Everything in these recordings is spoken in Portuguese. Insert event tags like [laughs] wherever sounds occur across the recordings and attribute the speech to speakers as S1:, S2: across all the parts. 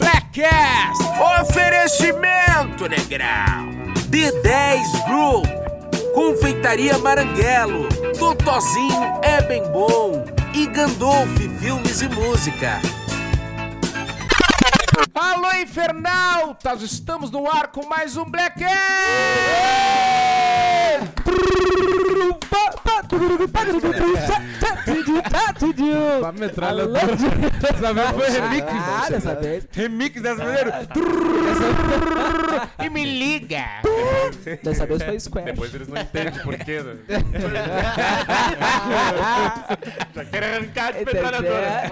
S1: Podcast.
S2: Oferecimento, Negrão. D10 Group. Confeitaria Maranguelo. Totozinho é bem bom. E Gandolf Filmes e Música.
S1: Alô, infernautas! Estamos no ar com mais um Black Air!
S3: Tá metralhadora. Dessa vez foi remix. Ah, dessa vez. Remix dessa vez.
S1: E me liga!
S4: Dessa vez foi Square.
S5: Depois eles não entendem por
S4: [laughs]
S5: quê. né? Já querem arrancar de metralhadora.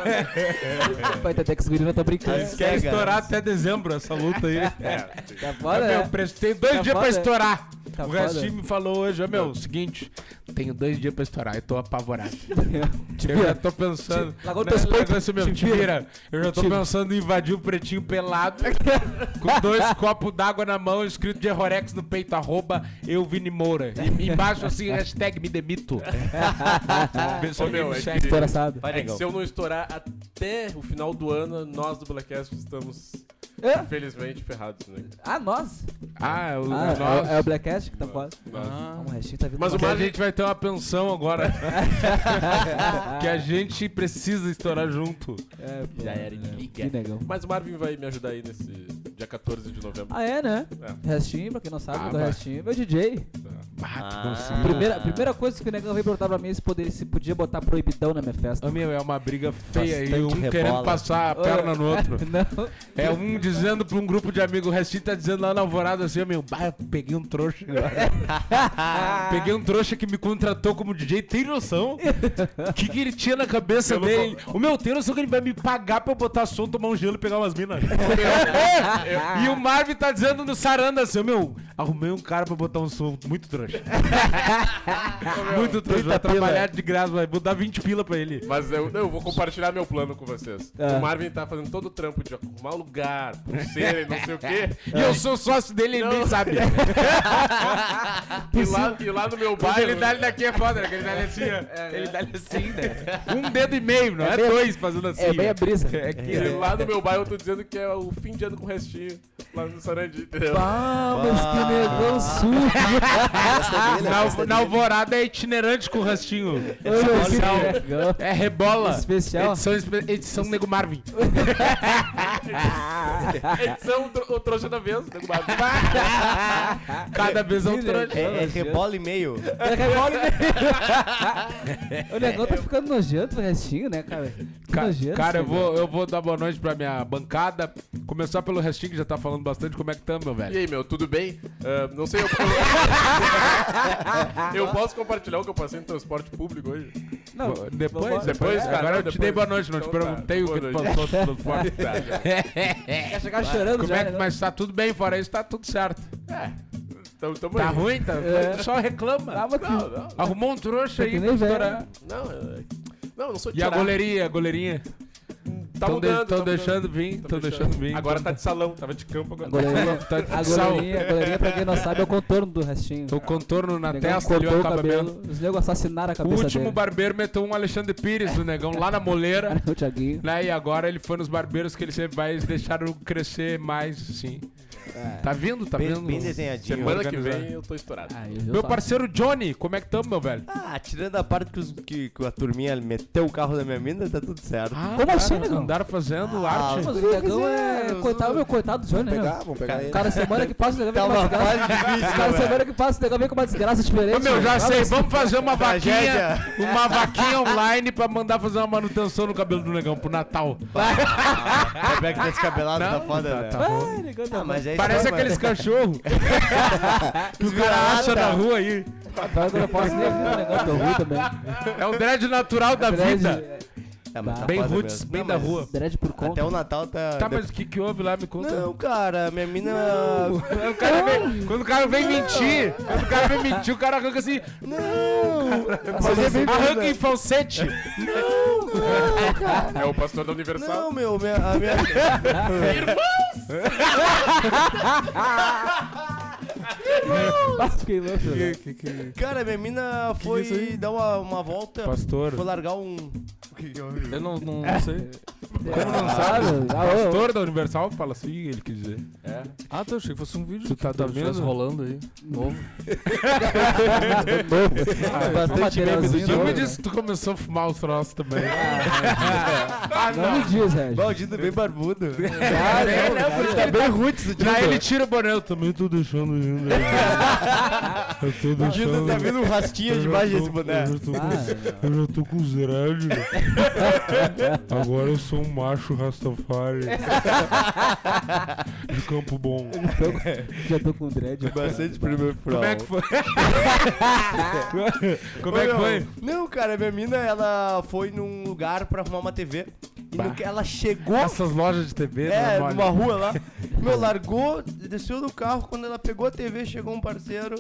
S4: Vai ter até que os guris não estão brincando.
S3: Quer estourar até dezembro essa luta aí.
S4: [laughs]
S3: É
S4: Tá foda,
S3: Meu,
S4: né?
S3: prestei dois
S4: Tá
S3: dias pra
S4: foda.
S3: estourar.
S4: Tá
S3: o
S4: foda.
S3: Restinho me falou hoje, ó, meu, seguinte, tenho dois dias pra estourar, eu tô apavorado.
S5: um
S3: eu já
S4: vira.
S3: tô pensando.
S4: Te- Largou
S3: Né,
S4: teus peitos,
S3: negócio meu,
S4: te
S3: te
S4: vira.
S3: vira. Eu já tô
S4: Te-
S3: pensando em invadir o
S4: [laughs]
S3: pretinho pelado com dois copos d'água na mão, escrito de Errorex no peito, arroba eu Vini Moura.
S4: [laughs]
S3: E embaixo assim, hashtag me demito.
S5: Ô, meu, é que-
S4: Estoura assado.
S5: é que se eu não estourar até o final do ano, nós do Blackcast estamos,
S4: Hã?
S5: infelizmente, ferrados, né?
S4: Ah, nós?
S3: Ah, o
S4: Ah,
S3: nós-
S4: é, o- é o Blackcast que tá foda.
S5: Nós-
S4: Ah, o restinho tá vindo.
S5: Mas o
S3: Porque a
S5: Mar-
S3: gente vai ter uma
S6: [laughs]
S3: pensão agora. que a gente precisa estourar junto.
S4: É, pô.
S5: Já era,
S4: Que negão.
S5: Mas o Marvin vai me ajudar aí nesse dia 14 de novembro.
S4: Ah, é, né? Restinho, pra quem não sabe,
S3: Ah,
S4: eu tô
S3: vai.
S4: restinho, meu DJ.
S3: Ah, tu
S4: A
S3: conseguiu.
S4: primeira, a primeira coisa que o negão veio perguntar pra mim é se, poderia, se podia botar proibidão na minha festa.
S3: Ô, meu, é uma briga feia aí,
S6: Bastante
S3: um
S6: rebola.
S3: querendo passar a perna no outro.
S4: Não.
S3: É um dizendo pra um grupo de amigos, o restinho tá dizendo lá na alvorada assim, ô, meu, bah, eu peguei um trouxa agora. peguei um trouxa que me contratou como DJ, tem noção? O que que ele tinha na cabeça dele? O meu, tem noção que ele vai me pagar pra eu botar som, tomar um gelo e pegar umas minas? E o Marvin tá dizendo no saranda assim, ô, meu, arrumei um cara pra botar um som muito trouxa. muito trouxa, vai trabalhar de graça, vai vou dar 20 pila pra ele.
S5: Mas eu, eu vou compartilhar meu plano com vocês.
S4: Ah.
S5: O Marvin tá fazendo todo o trampo de arrumar um lugar, pulseira e não sei
S3: [laughs]
S5: o quê.
S3: E eu sou sócio dele e ele nem sabe.
S5: E lá, e lá no meu
S3: Mas
S5: bairro.
S3: ele dá ele daqui é foda, né? Que Ele dá ele assim, ó.
S4: Ele dá assim, né?
S3: [laughs] Um dedo e meio, não é,
S4: meio-
S3: dois fazendo assim.
S4: É bem a brisa.
S3: É que-
S5: E lá no meu bairro eu tô dizendo que é o fim de ano com restinho lá no Sarandi, entendeu?
S4: Ah, mas que negão
S3: Ah.
S4: sujo.
S3: Na, na alvorada é itinerante com o rastinho.
S4: Olha que
S3: Especial.
S4: negão.
S3: É rebola.
S4: Especial.
S3: Edição, espe- edição Nego Marvin.
S5: Edição tro- o trouxa da vez, né, Marvin?
S3: Cada vez é um trouxa.
S6: É, é rebola e meio.
S4: É rebola e- [laughs] O negão tá ficando nojento o restinho, né, cara? Que
S3: Ca-
S4: nojento,
S3: cara, eu
S4: esse negão.
S3: vou, eu vou dar boa noite pra minha bancada. Começar pelo restinho, que já tá falando bastante. Como é que tá, meu
S5: E
S3: velho?
S5: aí, meu, tudo bem? Ah, não sei, eu,
S3: [laughs]
S5: eu, eu posso compartilhar o que eu passei no transporte público hoje?
S4: Não,
S3: Bo- depois,
S4: vambora.
S5: Depois,
S3: É,
S5: cara,
S3: agora eu te
S5: depois.
S3: dei boa noite, não te
S5: Então tá,
S3: perguntei o que tu
S5: boa noite. Tá,
S3: passou no
S5: [laughs]
S3: transporte.
S4: Vai chegar chorando
S3: Como
S4: já,
S3: é que,
S4: né?
S3: mas tá tudo bem, fora isso tá tudo certo.
S5: Tamo, Então, tamo
S3: Tá
S5: aí.
S3: ruim, tá?
S4: É.
S3: Só reclama.
S4: Tava aqui.
S5: Não, não,
S3: Arrumou um trouxa
S4: Tá que
S3: aí pra
S4: nem velho.
S3: estourar.
S5: não, eu- não, eu não sou
S3: E a
S5: tirado.
S3: goleirinha, a goleirinha?
S5: Tá
S3: Tão de-
S5: mudando.
S3: tão
S5: tá
S3: deixando
S5: mudando.
S3: vir,
S5: Tá
S3: tão deixando então. vir.
S5: Agora tá de salão, tava de campo agora.
S4: A goleirinha,
S3: Tá de
S4: a
S3: futsal.
S4: goleirinha, a goleirinha, pra quem não sabe, é o contorno do restinho.
S3: O contorno na
S4: O negão
S3: testa ali, o
S4: cortou
S3: acabamento.
S4: Os negros assassinaram a
S3: O
S4: cabeça
S3: último
S4: dele.
S3: barbeiro meteu um Alexandre Pires, o negão, lá na [laughs] moleira.
S4: O Thiaguinho.
S3: Né? E agora ele foi nos barbeiros que ele sempre vai eles deixaram crescer mais, sim. Tá vindo, tá
S6: É. Bem-
S3: vindo.
S6: bem desenhadinho.
S3: Semana
S5: Semana que
S3: organizada.
S5: vem eu tô estourado.
S4: Aí, viu
S3: Meu
S4: só?
S3: parceiro Johnny, como é que tamo, meu velho?
S6: Ah, tirando a parte que, os- que- que a turminha meteu o carro da minha mina, tá tudo certo.
S4: Como assim, negão?
S3: Andaram fazendo
S6: Ah,
S3: arte.
S4: Mas o negão é. Coitado, meu coitado do Johnny, né? meu?
S6: vamos pegar
S4: O cara, semana que passa, o negão vem com uma desgraça.
S6: né,
S4: O cara, semana que passa, o negão vem com uma desgraça diferente.
S3: Ô, meu, já
S4: né?
S3: sei, vamos fazer uma vaquinha,
S6: Tragédia.
S3: uma vaquinha online pra mandar fazer uma manutenção no cabelo do negão pro Natal.
S6: [laughs] Pega que descabelado, tá foda, né?
S4: Ai, negão, tá
S6: Ah, mas é
S3: Parece aqueles cachorros que o cara acha na rua aí.
S4: Agora eu não posso nem ver o negócio, tô ruim também.
S3: É um dread natural da vida.
S4: Dread,
S6: É
S3: Bem roots, bem da rua.
S4: dread por conta.
S6: Até o Natal tá.
S3: Tá, mas o que que houve lá? Me conta.
S6: Não, cara, minha mina.
S3: O cara vem- quando o cara vem mentir, quando o cara vem mentir, o cara arranca assim,
S6: Não!
S3: arranca em falsete.
S6: Não, não, cara!
S3: tá.
S5: É o pastor da Universal.
S6: Não, meu, minha, a minha.
S4: [laughs] Ah, fiquei louco.
S6: Cara, minha mina foi dar uma, uma volta.
S3: Pastor.
S6: Foi largar um. O quê? que que houve?
S3: Eu não, não sei.
S4: Como não sabe? Ah, [laughs]
S3: O pastor da Universal fala assim, ele quis dizer.
S5: É.
S3: Ah, tá, achei que fosse um vídeo
S6: Tu
S3: que
S6: tá
S3: tu tivesse
S6: vendo?
S3: rolando aí. Novo.
S4: Bastante
S3: Tu
S4: né?
S3: me disse que tu começou a fumar os troços também.
S4: Ah, Não me diz, Regis.
S6: Maldito bem barbudo.
S3: É, né,
S4: Ah, não, cara.
S6: tá bem roots o Dindo.
S3: Daí ele tira o boné, eu também tô deixando o Dindo
S6: [laughs]
S3: aí. né? Eu tô
S6: O Dindo
S3: deixando.
S6: tá vendo um rastinho debaixo desse boné.
S3: Eu já tô com-
S4: Ah,
S6: é.
S3: Eu já tô com os dread. Agora eu sou um macho
S1: [laughs]
S3: Rastafari. De campo bom.
S4: já tô com dread.
S6: Bastante primeiro pro.
S3: Como é que foi? [laughs] Como é que
S6: Ô, meu,
S3: foi?
S6: Não, cara, minha mina, ela foi num lugar pra arrumar uma TV. E no que ela chegou,
S3: Essas lojas de TV,
S6: é,
S3: não é
S6: numa
S3: mole.
S6: rua
S3: [laughs]
S6: lá, meu, largou, desceu do carro. Quando ela pegou a TV, chegou um parceiro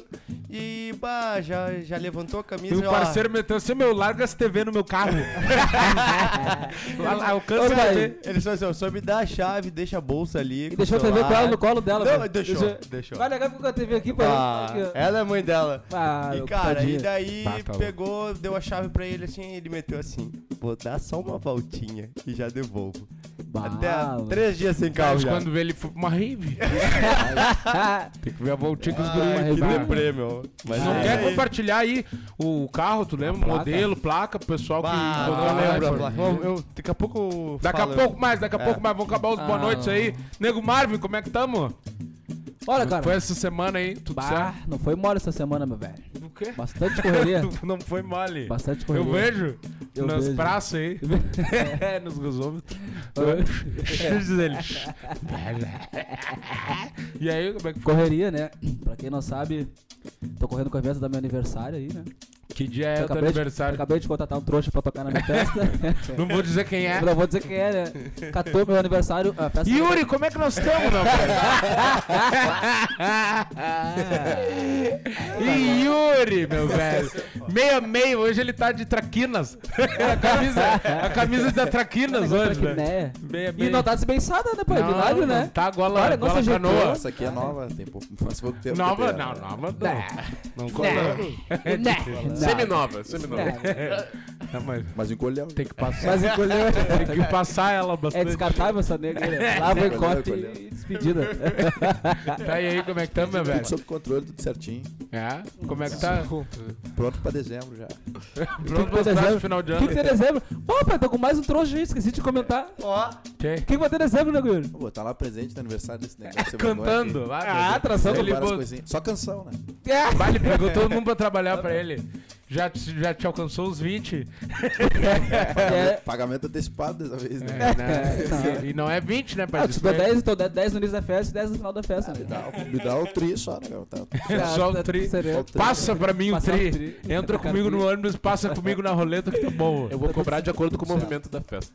S6: e, bah, já, já levantou a
S3: E
S6: camisa.
S3: o
S6: ó,
S3: parceiro meteu assim, meu, larga essa TV no
S6: [laughs]
S3: meu carro. Lá, lá, Alcança
S4: Ô,
S3: a
S4: pai,
S3: TV.
S6: Ele só, só, só me dá a chave, deixa a bolsa ali.
S4: E
S6: com
S4: deixou
S6: o
S4: a TV com
S6: celular.
S4: ela no colo dela.
S6: Não,
S4: velho.
S6: deixou,
S4: Deixa-
S6: deixou.
S4: Vai legal com a TV aqui pra
S6: Ah,
S4: ele. Aqui, ó.
S6: ela é a mãe dela.
S4: Ah,
S6: E cara,
S4: tadinha.
S6: e daí
S3: Ah, tá bom.
S6: pegou, deu a chave pra ele assim, ele meteu assim, vou dar só uma voltinha e já devolvo.
S4: Bah,
S6: Até
S4: Ah, mano.
S6: três dias sem carro
S3: Mas
S6: já.
S3: quando vê ele foi pra uma rave.
S4: Ah,
S3: Tem que ver a voltinha que os né, guris
S6: Ah, que
S3: vai.
S6: deprê, meu. Mas
S3: Não
S6: é
S3: quer
S6: isso aí.
S3: compartilhar aí o carro, tu lembra?
S4: placa?
S3: Modelo, placa, pro pessoal que.
S6: Bah,
S3: botou
S6: não
S3: lá, né,
S6: lembro,
S3: pô.
S6: a placa. Eu- eu- daqui a pouco eu
S3: Daqui
S6: falo.
S3: a pouco mais, daqui a pouco mais. Vamos acabar os boa
S4: Ah.
S3: noites aí. Nego Marvin, como é que tamo?
S4: Olha,
S3: Como Foi
S4: cara.
S3: essa semana aí, tudo
S4: Bah, não foi mole essa semana, meu velho.
S3: certo? O [laughs] quê?
S4: Bastante correria.
S3: Tu não foi mole.
S4: Bastante
S3: Eu
S4: correria.
S3: vejo
S4: [laughs] Eu
S3: nas
S4: vejo.
S3: praças aí. é, nos gasômetros.
S4: É.
S3: Diz ele. [laughs] e aí, como é que foi?
S4: Correria, né? Pra quem não sabe, tô correndo com a festa da meu aniversário aí, né?
S3: Que dia
S4: Eu
S3: é o teu
S4: acabei de-
S3: aniversário?
S4: Acabei de contratar um trouxa pra tocar na
S3: [laughs]
S4: minha festa.
S3: Não vou dizer quem é.
S4: Eu não vou dizer quem é, né? Catou meu aniversário. A festa
S3: Yuri, como é que nós
S4: [laughs]
S3: estamos, meu velho? E Yuri, meu velho. Meia meio, hoje ele tá de traquinas.
S4: É
S3: A camisa, a camisa da traquinas
S4: Negócio
S3: hoje,
S4: pra que,
S3: né?
S4: né?
S3: Meia
S4: E
S3: meia.
S4: não tá desbençada, né, pai?
S3: Não,
S4: Milagre,
S3: não
S4: né?
S3: Tá gola,
S4: Olha,
S3: gola
S4: nossa,
S3: canoa.
S4: GT.
S7: Essa aqui é nova, tem pouco, faz pouco tempo. que
S3: Nova?
S7: tem
S3: Não,
S7: ela.
S3: nova não. Não É tipo
S4: Né?
S5: Seminova, seminova.
S3: [laughs] Não, mas
S7: Mas encolheu.
S3: tem que passar.
S4: Mas encolheu.
S3: [laughs] Tem que passar ela bastante.
S4: É descartável essa negra.
S3: É.
S4: né? Lava e
S7: Encolheu,
S4: corte
S7: encolheu.
S4: e despedida.
S3: Tá e aí, como é que tá, meu
S7: Tudo
S3: velho?
S7: sob controle, tudo certinho.
S3: É? Como é que tá?
S7: Pronto pra dezembro já.
S3: Pronto
S4: pra
S3: pra
S4: dezembro.
S3: final de ano.
S4: Quinto de dezembro. Pô, pai, tô com mais um trouxa aí, esqueci de comentar. O
S6: Ó,
S3: Que?
S4: que que vai ter em dezembro, né, Guri?
S7: Vou botar lá presente no aniversário desse negócio. você mandou
S3: Cantando.
S7: aqui.
S3: lá,
S4: Ah, atração
S7: Ele
S3: Ele
S7: várias
S3: botou-
S7: coisinhas. Só canção, né?
S3: Bah, ele pegou todo mundo pra trabalhar pra ele. Já, te- já te alcançou os 20.
S4: É.
S7: Pagamento antecipado dessa vez, né?
S3: É, né? E não é 20, né,
S4: Ah,
S3: pai?
S4: tu dá 10, então dá 10 no início da festa e 10 no final da festa.
S7: Me
S4: né?
S7: dá, o- me dá o tri só, né? cara? Tá-
S4: Ah,
S3: Só o
S4: tá-
S3: tri.
S4: seria-
S7: só o tri.
S3: Passa pra mim o
S4: Passar
S3: tri.
S4: o tri.
S3: Entra
S4: Eu quero
S3: comigo no
S4: tri.
S3: ônibus, passa comigo na roleta que tá bom.
S5: Eu vou cobrar de acordo com o movimento da festa.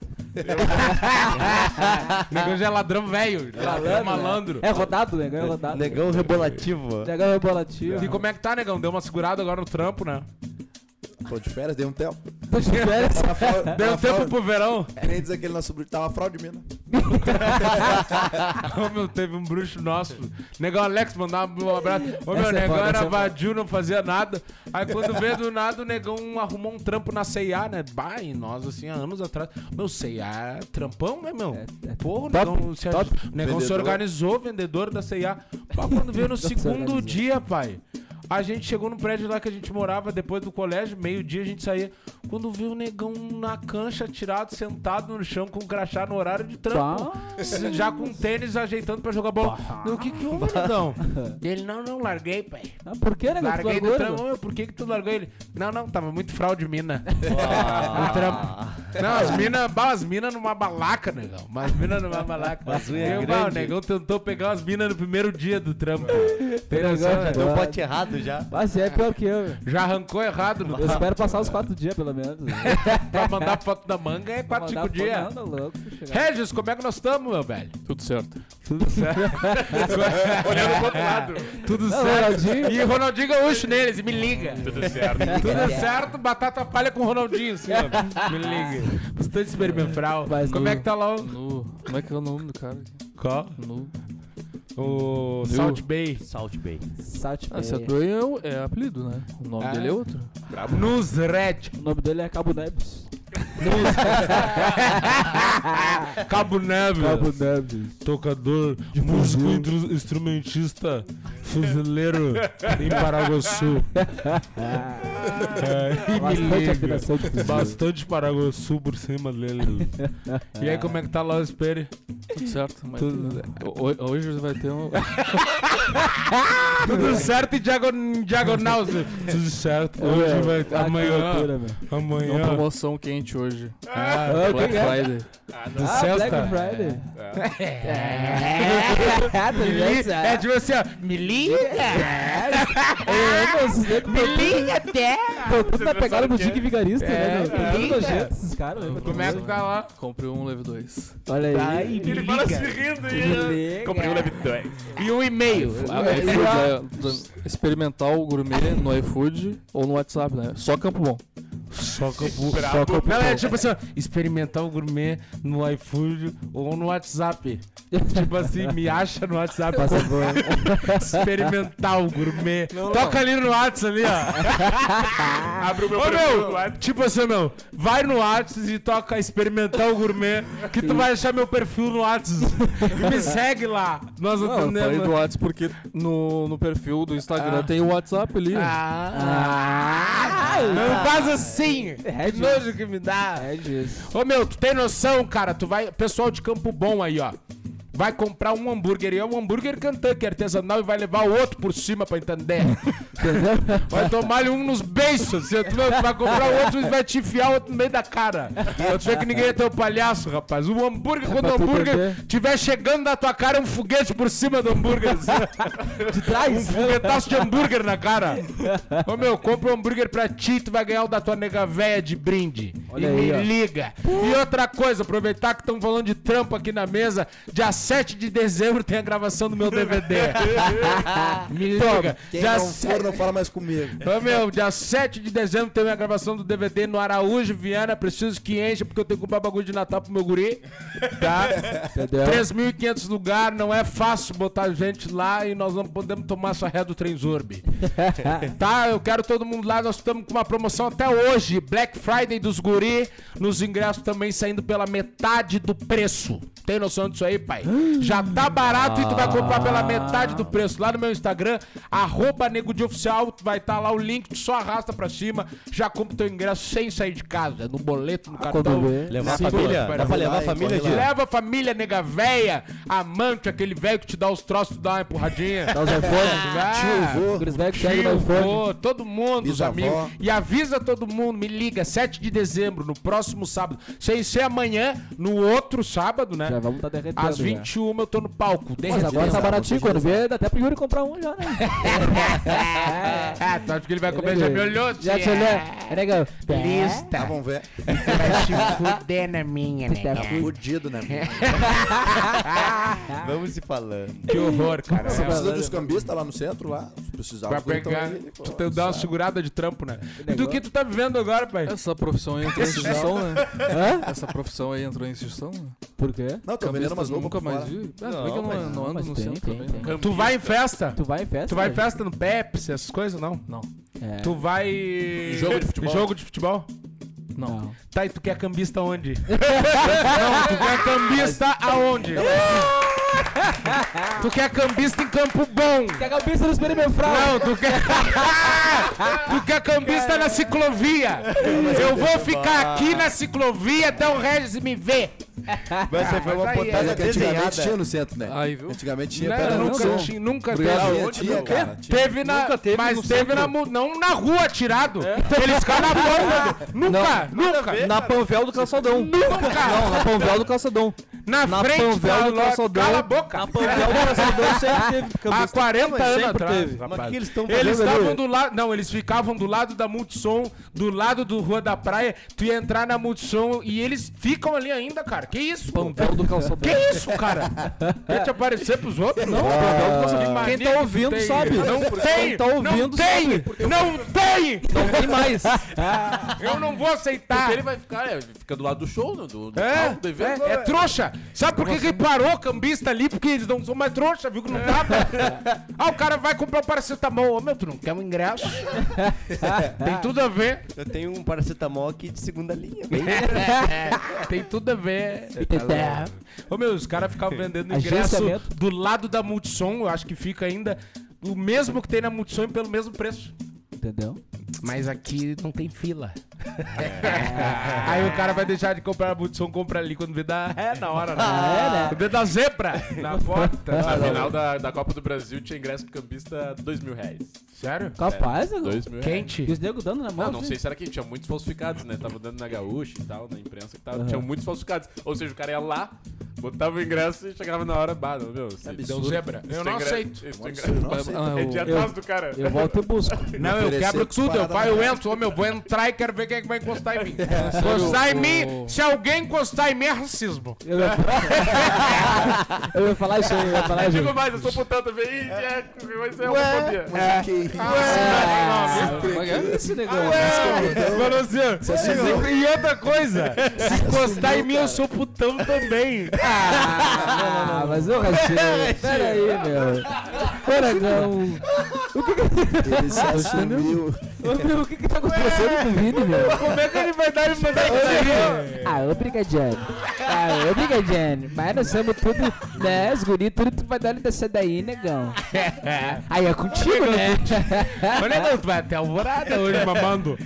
S3: O negócio já é ladrão velho. Ladrão é
S4: Malandro, né?
S3: malandro.
S4: É rodado, negão, é rodado.
S6: negão
S4: [laughs]
S6: rebolativo.
S4: Negão é bolativo.
S3: E como é que tá, negão? Deu uma segurada agora no trampo, né?
S7: Tô de férias, dei um tempo.
S4: Tô de férias.
S7: Tava
S4: Tá
S7: fora-
S3: Deu um
S7: tava
S3: tempo
S7: fora-
S3: pro verão.
S7: É, Nem dizer que ele não sobrou. Tava fraude de mina.
S3: Ô, meu, teve um bruxo nosso. Negão Alex, mandar um abraço. Ô, meu,
S4: Essa é
S3: negão
S4: foda, essa
S3: era
S4: é
S3: vadio, não fazia nada. Aí quando veio do nada, o negão arrumou um trampo na C&A, né? Bah, e nós, assim, há anos atrás. Meu, C&A é trampão, né, meu?
S4: É, é
S3: Porra, o
S4: top,
S3: negão, se,
S4: top.
S3: o negão se
S7: Vendedor.
S3: organizou, vendedor da C&A. Bah, quando veio no
S4: Se
S3: segundo
S4: organizou.
S3: dia, pai... A gente chegou no prédio lá que a gente morava depois do colégio, meio-dia a gente saía. Quando viu o negão na cancha, tirado, sentado no chão com um crachá no horário de trampo.
S4: Bah.
S3: Se- Já com tênis ajeitando pra jogar bola. O que que houve,
S7: [laughs]
S3: Nandão? Ele, não, não, larguei, pai.
S4: Ah, por que, negão? Tu
S3: Larguei do
S4: largou,
S3: trampo.
S4: negão?
S3: Meu, Por que que tu largou ele? Não, não, tava muito fraude mina. No trampo. Não, as mina, bah, as mina numa balaca, negão. Mas mina numa balaca.
S6: Mas unha
S3: Eu, bah, o
S6: grande.
S3: negão tentou pegar as minas no primeiro dia do trampo. Tem
S4: Negão
S3: noção,
S4: é
S3: né?
S4: foda.
S6: Deu um bote errado já.
S4: Mas é pior que eu. meu.
S3: Já arrancou errado no
S4: Eu
S3: trampo.
S4: espero passar os 4 dias, pelo menos.
S3: Pra mandar foto da manga é 4,
S4: Mandar
S3: 5
S4: foto,
S3: É dias.
S4: Não, tá louco. vou chegar.
S3: Regis, como é que nós estamos, meu velho?
S5: Tudo certo.
S3: [laughs] Olhando pro outro
S5: [laughs]
S3: lado. Tudo
S4: Não,
S3: certo.
S4: Ronaldinho.
S3: E Ronaldinho Gaúcho neles, me liga. Tudo certo. Tudo certo, batata palha com Ronaldinho, assim, ó. Me liga. Bastante experimental.
S4: Mas
S3: Como
S4: no-
S3: é que tá lá o...
S5: Nu. Como é que é o nome do cara?
S3: Qual?
S5: Nu.
S3: O
S5: Viu?
S3: Salt Bay.
S6: Salt Bay.
S4: Salt
S5: Ah, essa
S4: Bay.
S5: doia é, o- é apelido, né? O nome
S3: Ah.
S5: dele é outro.
S3: Nos Red.
S4: O nome dele é Cabo Neves.
S3: Cabo Neves.
S4: Cabo Neves.
S3: Tocador, músico,
S1: Uhum.
S3: intru- instrumentista,
S1: [laughs]
S3: fuzileiro em
S4: [laughs]
S3: Paraguaçu. é, e me
S4: Bastante
S3: liga.
S4: afinação de fuzil.
S3: Bastante Paraguaçu por cima dele. e aí, como é que tá lá o Espere?
S5: Tudo certo, mas.
S4: Tudo-
S5: ho- Hoje vai ter um.
S3: Tudo certo e diagon- diagonal. Zé. Tudo certo. Hoje
S4: É,
S3: vai.
S4: que
S1: Tá
S3: Amanhã.
S4: loucura, velho.
S5: É uma
S3: Amanhã.
S5: promoção quente hoje.
S3: Ah,
S4: Ah,
S5: Black
S4: que é?
S5: Friday.
S3: do
S4: Ah, Black
S3: sexta.
S4: Friday.
S3: Me li- É
S4: É, [laughs]
S3: tipo assim, ó. Me liga!
S4: Tudo na pegada do Dick tá Vigarista, né?
S3: É,
S4: meu? Tudo nojento esses caras, né? Tá
S3: Como é que tá lá?
S5: Comprei um leve 2.
S4: Olha aí.
S1: Ele fala
S3: assim,
S1: se rindo aí.
S5: um
S4: Comprei
S3: E um e-mail.
S5: É, Experimental gourmet no iFood ou no WhatsApp, né? Só Campo Bom.
S3: Só que eu pu- só que eu pu- Não, é tipo assim, ó, experimentar o gourmet no iFood ou no WhatsApp. Tipo assim, me acha no WhatsApp. experimentar o gourmet. Toca ali no WhatsApp ali, ó.
S1: Abre o meu
S3: Ô
S1: perfil do
S3: meu,
S1: WhatsApp.
S3: tipo assim, meu, vai no WhatsApp e toca experimentar o gourmet, que tu vai achar meu perfil no WhatsApp. E me segue lá. Nós
S5: Não,
S1: né,
S5: eu falei do
S3: atendemos.
S5: WhatsApp porque no, no perfil do Instagram
S3: Ah.
S5: tem o WhatsApp ali.
S3: Ah, não faz assim!
S4: É
S3: Que
S4: disso.
S3: nojo que me dá!
S4: É disso.
S3: Ô meu, tu tem noção, cara? Tu vai. Pessoal de Campo Bom aí, ó. Vai comprar um hambúrguer e é um hambúrguer Kentucky artesanal e vai levar o outro por cima
S4: [laughs]
S3: pra entender. Vai tomar-lhe um nos beiços. Se tu vai vai comprar o outro e vai te enfiar o outro no meio da cara. Eu sei que ninguém é teu palhaço, rapaz. O hambúrguer, quando o
S4: pra tu
S3: hambúrguer
S4: entender.
S3: tiver chegando na tua cara, é um foguete por cima do hambúrguer. assim.
S4: De
S3: Um
S4: trás.
S3: foguetaço de hambúrguer na cara. Ô meu, compra um hambúrguer pra ti, tu vai ganhar o da tua nega véia de brinde.
S4: Olha
S3: e
S4: aí,
S3: me
S4: ó.
S3: liga. E outra coisa, aproveitar que estão falando de trampo aqui na mesa, dia 7 de dezembro tem a gravação do meu DVD. me liga.
S7: Quem
S3: Dia
S7: não
S3: se-
S7: for, não fala mais comigo.
S3: Ô meu, dia 7 de dezembro tem minha gravação do DVD no Araújo, Viana. Preciso que encha, porque eu tenho que comprar bagulho de Natal pro meu guri. Tá?
S4: Entendeu?
S3: 3.500 lugar, não é fácil botar gente lá e nós não podemos tomar essa ré do Trenzurbe. tá? Eu quero todo mundo lá, nós estamos com uma promoção até hoje, Black Friday dos guri, nos ingressos também saindo pela metade do preço. Tem noção disso aí, pai? Já tá barato e tu vai comprar pela metade do preço. Lá no meu Instagram, arroba nego de oficial, vai estar lá o link, tu só arrasta pra cima, já compra o teu ingresso sem sair de casa, no boleto, no cartão.
S4: vê.
S3: Levar
S7: família, dá pra levar a família,
S3: Te Leva a família, nega véia, amante, aquele velho que te dá os troços, tu dá uma empurradinha.
S4: Dá os iPhones.
S3: Vai.
S7: Tio, vô.
S4: Os velhos que
S3: Tio,
S4: chegam no iPhone.
S3: vô, todo mundo, os
S7: Bisavó.
S3: amigos. E avisa todo mundo, me liga, 7 de dezembro, no próximo sábado. Sem ser amanhã, no outro sábado, né?
S4: Já vamos estar derretendo.
S3: Às
S4: já.
S3: 21 eu tô no palco.
S4: Mas agora tá
S7: Exato,
S4: baratinho,
S7: você
S4: quando vê, dá até pro Yuri comprar um já, né?
S3: Ah, tu acha que ele vai comer?
S4: Ele- é
S3: Já me olhou, assim?
S4: Já te
S3: tia.
S4: olhou. É legal.
S7: Tá, vamos ver.
S1: Vai se fuder na minha, né?
S4: Tá
S7: Tá
S6: É
S4: fudido.
S7: fudido, né?
S6: [laughs] Vamos se falando.
S3: Que horror, cara.
S7: Você
S3: É,
S7: precisa dos cambistas lá no centro, lá. Se precisar,
S3: Pra
S7: os guri tão
S3: pegar,
S7: aí, pô,
S3: tu tem- dá uma segurada de trampo, né? E do
S4: negócio-
S3: que tu tá vivendo agora, pai?
S5: Essa profissão aí entrou em extinção,
S1: é.
S5: né? Essa profissão aí entrou em extinção, né?
S4: Por quê?
S7: Não, tô vendendo
S5: Cambistas
S7: umas roupas
S5: nunca
S7: por
S5: mais
S7: fora.
S5: vi. Ah, não, que eu não, não ando
S4: mas
S5: no
S4: tem,
S5: centro
S4: tem,
S5: também,
S4: tem.
S5: né?
S3: Tu vai em festa?
S4: Tu vai em festa?
S3: Tu vai em
S4: né?
S3: festa no Pepsi, essas coisas, não?
S5: Não,
S4: É.
S3: Tu vai.
S5: jogo de futebol?
S3: Jogo de futebol?
S5: não.
S4: Não.
S3: Tá, e tu quer cambista onde? não, tu quer cambista aonde? tu quer cambista em Campo Bom.
S4: Que a cabeça não espelho meu frau.
S3: Não, tu quer. [laughs] tu quer cambista na ciclovia. Eu vou ficar aqui na ciclovia até o Regis me ver.
S6: Mas você foi uma
S3: mas aí
S7: Mas é
S6: potada
S7: que antigamente tinha
S6: desenhada.
S7: no centro, né?
S5: Aí, viu?
S7: Antigamente né? tinha,
S3: Né,
S7: pera, não
S3: nunca
S7: tinha.
S3: ti- nunca
S7: Tinha,
S3: teve.
S7: tinha, cara. tinha.
S3: Teve na.
S5: teve
S3: mas
S5: no
S3: teve É.
S5: centro.
S3: na. mu- Não na rua tirado. Eles caem na porta. Nunca, nunca.
S5: Na Panvel do Calçadão.
S3: Nunca.
S5: Não, na Panvel do Calçadão.
S3: Na,
S5: Na
S3: frente
S5: Panvel
S3: da
S5: do
S3: loja.
S5: Calçadão.
S3: Cala a boca.
S5: Na Panvel do Calçadão sempre teve
S3: Há
S5: cambista.
S3: 40 anos
S5: sempre
S3: atrás.
S5: teve.
S6: Mas o que
S3: Rapaz.
S6: eles estão
S3: Eles
S6: fazendo ali?
S3: estavam do lado. Não, eles ficavam do lado da Multissom, do lado do Rua da Praia. Tu ia entrar na Multissom e eles ficam ali ainda, cara. Que isso?
S5: Panvel do Calçadão.
S3: Que isso, cara? Quer te aparecer pros outros? Não,
S5: Quem tá ouvindo sabe.
S3: Não tem,
S5: Quem tá
S3: não
S5: ouvindo
S3: tem,
S5: sabe.
S3: não tem!
S5: Não
S4: [laughs]
S5: tem mais.
S3: Eu não vou aceitar!
S5: vai ficar, é, fica do lado do show, né? Do, do
S3: Tá. É,
S5: palco do evento.
S3: é, é trouxa!
S1: Sabe por que, que parou o cambista ali? Porque eles não são mais trouxa, viu que não tava. ah, o cara vai comprar um paracetamol. Ô, meu, tu não quer um [laughs] ingresso? Tem tudo a ver.
S6: Eu tenho um paracetamol aqui de segunda linha.
S1: Tem tudo a ver. É.
S4: Tá
S1: Ô, meu, os caras ficavam vendendo ingresso
S4: Agenciamento.
S1: do lado da Multissom. Eu acho que fica ainda o mesmo que tem na Multissom e pelo mesmo preço.
S4: Entendeu?
S1: Mas aqui não tem fila. [laughs] Aí o cara vai deixar de comprar a Multissom, compra ali quando vê da... É na hora, né?
S4: Ah, é,
S3: [laughs]
S1: Quando
S4: né?
S1: vê da zebra.
S5: Na porta, na final da, da Copa do Brasil, tinha ingresso pro cambista dois mil reais.
S1: Sério?
S4: Capaz, né?
S5: Dois mil reais.
S4: E
S1: Quente.
S4: os nego dando na mão.
S5: Ah, não
S4: assim.
S5: sei se era quem tinha muitos falsificados, né? Tava dando na gaúcha e tal, na imprensa que tava. Tinha muitos falsificados. Ou seja, o cara ia lá, botava o ingresso e chegava na hora, bah, não, meu. Se
S1: Deu zebra. Eu não aceito.
S5: Esse
S7: Eu não
S5: ingresso.
S7: aceito.
S4: Ah,
S5: É de
S4: eu,
S5: atrás do cara.
S4: eu
S5: [laughs]
S4: volto e busco.
S1: Não, eu
S7: Oferecer
S1: quebro tudo. Eu,
S7: disparada
S1: pai, eu
S7: na-
S1: entro. Ô, meu, vou entrar e quero ver quem é que vai encostar em mim. Encostar em mim, se alguém encostar em mim é racismo.
S4: Eu ia, eu ia falar isso aí, eu ia falar
S5: Eu
S4: isso aí.
S5: digo mais, eu sou putão também. Ih, é, vai ser homofobia.
S6: É.
S7: Mas o que
S4: Ah, como é que é isso, negão? né?
S1: Mano, assim, ó, se- e outra coisa,
S4: é,
S1: se encostar em mim, eu sou putão também.
S4: Ah, mas ô, Ratinho, peraí, meu. Pera, não.
S7: Ele se assumiu.
S4: Ô, meu, o que que tá acontecendo com o Vini, meu?
S1: Como é que ele vai dar e mandar em mim?
S4: Ah, obrigadinho. Ah, obrigadinho. Mas nós somos tudo, né, os guri, tudo tu vai dar dessa daí, negão. Aí é contigo, né?
S1: Mas negão, tu é vai até alvorada hoje, [laughs] mamando.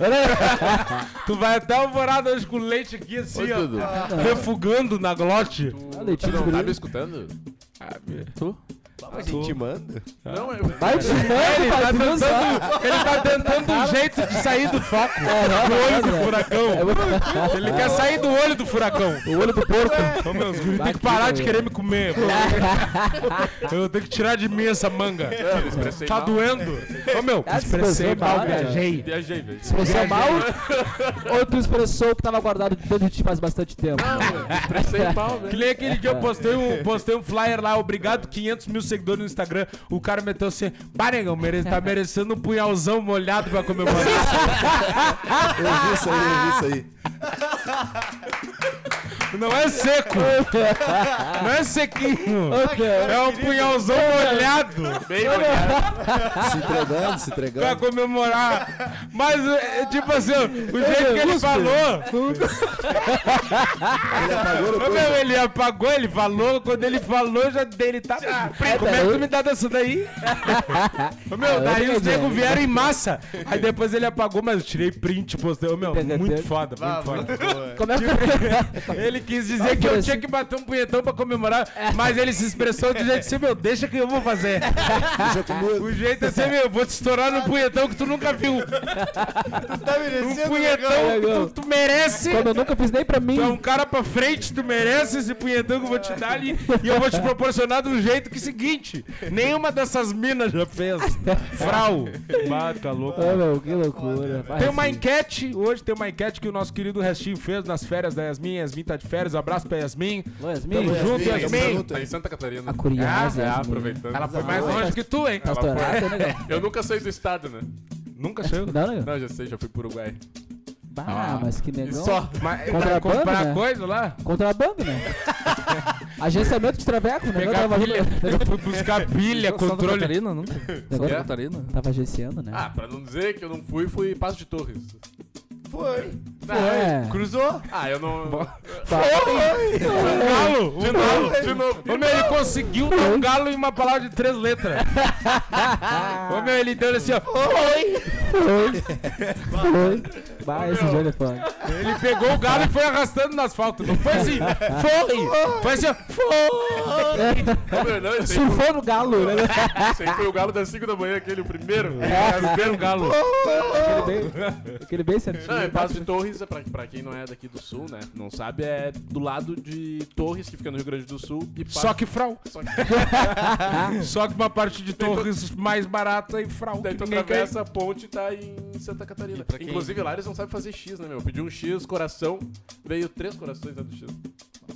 S1: Tu vai até alvorada hoje com leite aqui, assim, ó.
S5: Dudu.
S1: Refugando na glote.
S4: Ah, Leitinho de
S5: Tu Ah. não tá
S4: guri.
S5: me escutando?
S6: A gente manda.
S5: Não, eu.
S4: Vai te mando,
S1: Tá
S4: pai, tu não sabe.
S1: tentando, ele tá tentando um jeito de sair do foco.
S3: É.
S1: Do olho do
S7: É
S1: furacão. Ele quer sair do olho do furacão.
S4: É, O olho do porco.
S1: Ô, meu, os guri
S4: Vai
S1: tem que parar
S4: que
S1: de
S4: doeu.
S1: querer me
S7: [laughs]
S1: comer.
S4: É.
S1: Eu tenho que tirar de mim essa manga.
S5: Eu expressei
S1: Tá
S5: mal.
S1: doendo. Ô, meu,
S4: Ah, expressou mal,
S7: né?
S4: cara.
S1: viajei.
S5: Viajei, velho.
S4: Expressou mal
S1: né?
S4: ou tu expressou o que tava guardado dentro de ti faz bastante tempo? [laughs]
S5: Expressei mal, velho.
S1: Que nem aquele
S7: É.
S1: dia eu postei um, postei um flyer lá, obrigado, 500 mil seguidores no Instagram. O cara meteu assim, pá, negão, mere- tá merecendo um punhalzão molhado pra comemorar.
S7: Eu vi isso aí, eu vi isso aí.
S1: Não é seco, não é sequinho. É um punhalzão molhado
S5: Bem, olhado.
S7: Se entregando, se
S1: pra
S7: entregando.
S1: comemorar. Mas, é, tipo assim, ó, o jeito que ele falou...
S7: Ele apagou
S1: Ô,
S7: depois.
S1: meu, ele apagou, ele falou, quando ele falou, já dele tá. Como é que tu me dá dessa daí? Ô,
S7: Ah,
S1: meu, daí os nego vieram em massa. Aí depois ele apagou, mas eu tirei print, postei. Ô, meu, muito foda, muito foda.
S4: Como é que...
S1: Ele quis dizer que eu tinha que bater um punhetão pra comemorar, mas ele se expressou do jeito assim, meu, deixa que eu vou fazer.
S7: Deixa comigo.
S1: O jeito é assim, meu, eu vou te estourar no punhetão que tu nunca viu.
S6: Tá
S1: Um
S6: merecendo,
S1: punhetão que tu, tu merece.
S4: [laughs] Quando eu nunca fiz nem pra mim.
S1: Tu é um cara pra frente, tu merece esse punhetão que eu vou te dar ali e eu vou te proporcionar de um jeito que é o seguinte: nenhuma dessas minas já fez. Frau. Bata, louco.
S4: Ah, meu, que loucura. Vai,
S1: Tem uma
S4: assim.
S1: enquete, hoje tem uma enquete que o nosso querido Restinho fez nas férias da Yasmin. Yasmin tá de férias, abraço pra Yasmin.
S4: Alô, Yasmin?
S1: Tamo junto,
S7: Yasmin, tamo
S1: Yasmin.
S7: junto.
S5: Tá em Santa Catarina.
S4: A curiosa,
S5: É,
S4: Yasmin.
S5: aproveitando.
S1: Ela foi mais longe que tu, hein?
S4: Tá estourado, né,
S1: [laughs]
S4: negão?
S5: Eu nunca saí do estado, né?
S1: Nunca saiu.
S4: Não, negão?
S5: Não, já sei, já fui pro Uruguai.
S4: Ah, mas que negão.
S5: Só.
S1: Mas pra
S4: Contrabando,
S1: comprar
S4: né?
S1: coisa lá?
S4: Contrabando,
S1: [laughs]
S4: né? Agenciamento de traveco, o negão
S1: Pegar
S4: tava,
S1: pilha. Eu fui buscar pilha, controle.
S8: Catarina, nunca.
S1: [laughs]
S4: negão
S5: É?
S8: Catarina?
S4: tava agenciando, né?
S5: Ah, pra não dizer que eu não fui, fui Passo de Torres.
S6: Foi.
S1: tá.
S4: é.
S6: Cruzou.
S5: Ah, eu não.
S1: Galo,
S5: De novo, de novo.
S1: Ô meu, ele conseguiu dar um galo em uma palavra de três letras. Ô meu, ele deu assim, ó.
S4: Foi. Vai, esse jogo é foda.
S1: Ele pegou o galo e foi arrastando no asfalto. Não foi assim, foi! Foi assim, ó. Foi!
S5: Não, meu, não, esse aí
S4: [laughs]
S5: foi-
S4: Surfou no galo, né?
S5: esse aí foi o galo das 5 da manhã, aquele o primeiro.
S1: Era o primeiro galo.
S4: Aquele bem, aquele bem certinho.
S5: Não, é Passo de Torres, é pra, pra quem não é daqui do sul, né? Não sabe, é do lado de Torres, que fica no Rio Grande do Sul, e Passo
S1: Só que frau.
S5: Só que-
S8: Ah.
S1: Só que uma parte de torres mais barata e frau.
S5: Daí
S1: que é?
S5: tu
S1: ninguém
S5: atravessa a ponte e tá em Santa Catarina.
S8: pra quem-
S5: Inclusive lá eles não sabem fazer X, né, meu? Eu Pedi um X, coração, veio três corações dentro do X.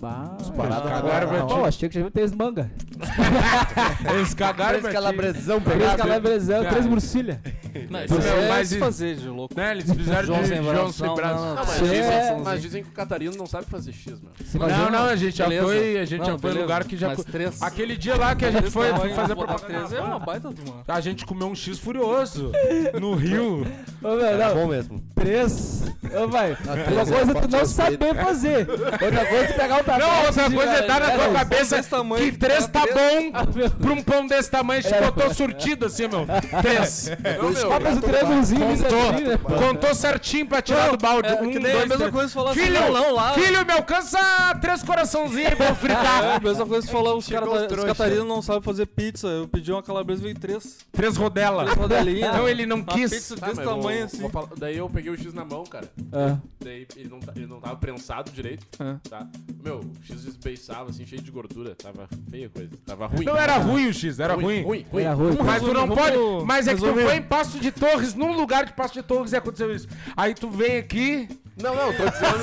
S4: Bah,
S7: Parada na
S1: Agora vai-
S7: garrafa.
S4: Pô, achei que já viu três manga.
S1: quer. Eles
S6: Parece
S1: cagaram, pra ti.
S6: calabresão,
S4: Três
S6: pegado.
S4: calabresão,
S1: Cara.
S4: três murcilha.
S5: Não, isso
S1: Por
S5: é-
S1: ser
S8: é
S1: mais
S8: se
S1: de-
S8: fazer, de louco.
S1: Né, eles fizeram
S8: João
S1: de
S8: sem
S1: João
S8: braço,
S1: sem
S8: não,
S1: braço.
S5: Não,
S8: não,
S5: mas,
S4: Isso
S5: dizem,
S4: é-
S5: mas dizem que o Catarino não sabe fazer X, meu.
S4: Você vai
S1: Não,
S4: ver-
S1: não, a gente já
S8: Beleza.
S1: foi, a gente já
S8: Não,
S1: foi em
S8: beleza.
S1: lugar que já
S8: Mas
S1: foi.
S8: três.
S1: Aquele dia lá que a gente foi foi fazer
S8: três é
S1: propaganda.
S8: uma baita de uma.
S1: A gente comeu um X furioso no Rio.
S4: Ô, meu,
S7: É
S4: não.
S6: Bom mesmo.
S4: Três. Ô, vai. Uma
S7: três é
S4: coisa é tu
S7: parte
S4: não
S7: das
S4: saber fazer. Outra coisa é tu pegar o tapete.
S1: Não, outra
S4: de-
S1: coisa é dar na tua
S4: Era
S1: cabeça
S8: desse tamanho,
S1: que três tá
S4: Ah,
S1: bom pra um pão desse tamanho. Chicotou surtido assim, meu. Três.
S5: Então,
S7: Depois
S8: meu,
S7: que
S4: Mas
S5: tá,
S4: o triângulozinho isso aqui, né?
S1: Contou, contou certinho pra tirar do balde.
S8: É,
S1: Um,
S8: que nem a
S1: dois,
S8: mesma
S1: três.
S8: coisa se falar assim,
S1: Filho,
S8: não, lá.
S1: filho, me alcança três coraçãozinhos aí pra eu fritar.
S8: É, a mesma coisa se falar, os, cara,
S6: Chegou os
S8: os
S6: trouxa.
S8: Catarino não sabem fazer pizza. Eu pedi uma calabresa e veio três.
S1: Três rodelas.
S8: Três rodelinhas.
S1: Então ele não
S8: uma
S1: quis.
S8: pizza
S5: Tá,
S8: desse
S5: mas eu vou-
S8: tamanho assim.
S5: vou falar- daí eu peguei o X na mão, cara.
S4: Ah.
S5: Daí ele não, ta- ele não tava prensado direito,
S8: Ah.
S5: tá? Meu, o X desbeiçava, assim, cheio de gordura. Tava feia a coisa. Tava ruim.
S1: Não Então era ruim o X, era ruim.
S5: Ruim, ruim.
S4: Era ruim.
S1: Mas tu não
S8: Resumo,
S1: pode.
S8: vamos
S1: Mas é que tu
S8: resumir.
S1: foi em Passo de Torres, num lugar de Passo de Torres e aconteceu isso. Aí tu vem aqui.
S5: Não, não, tô dizendo...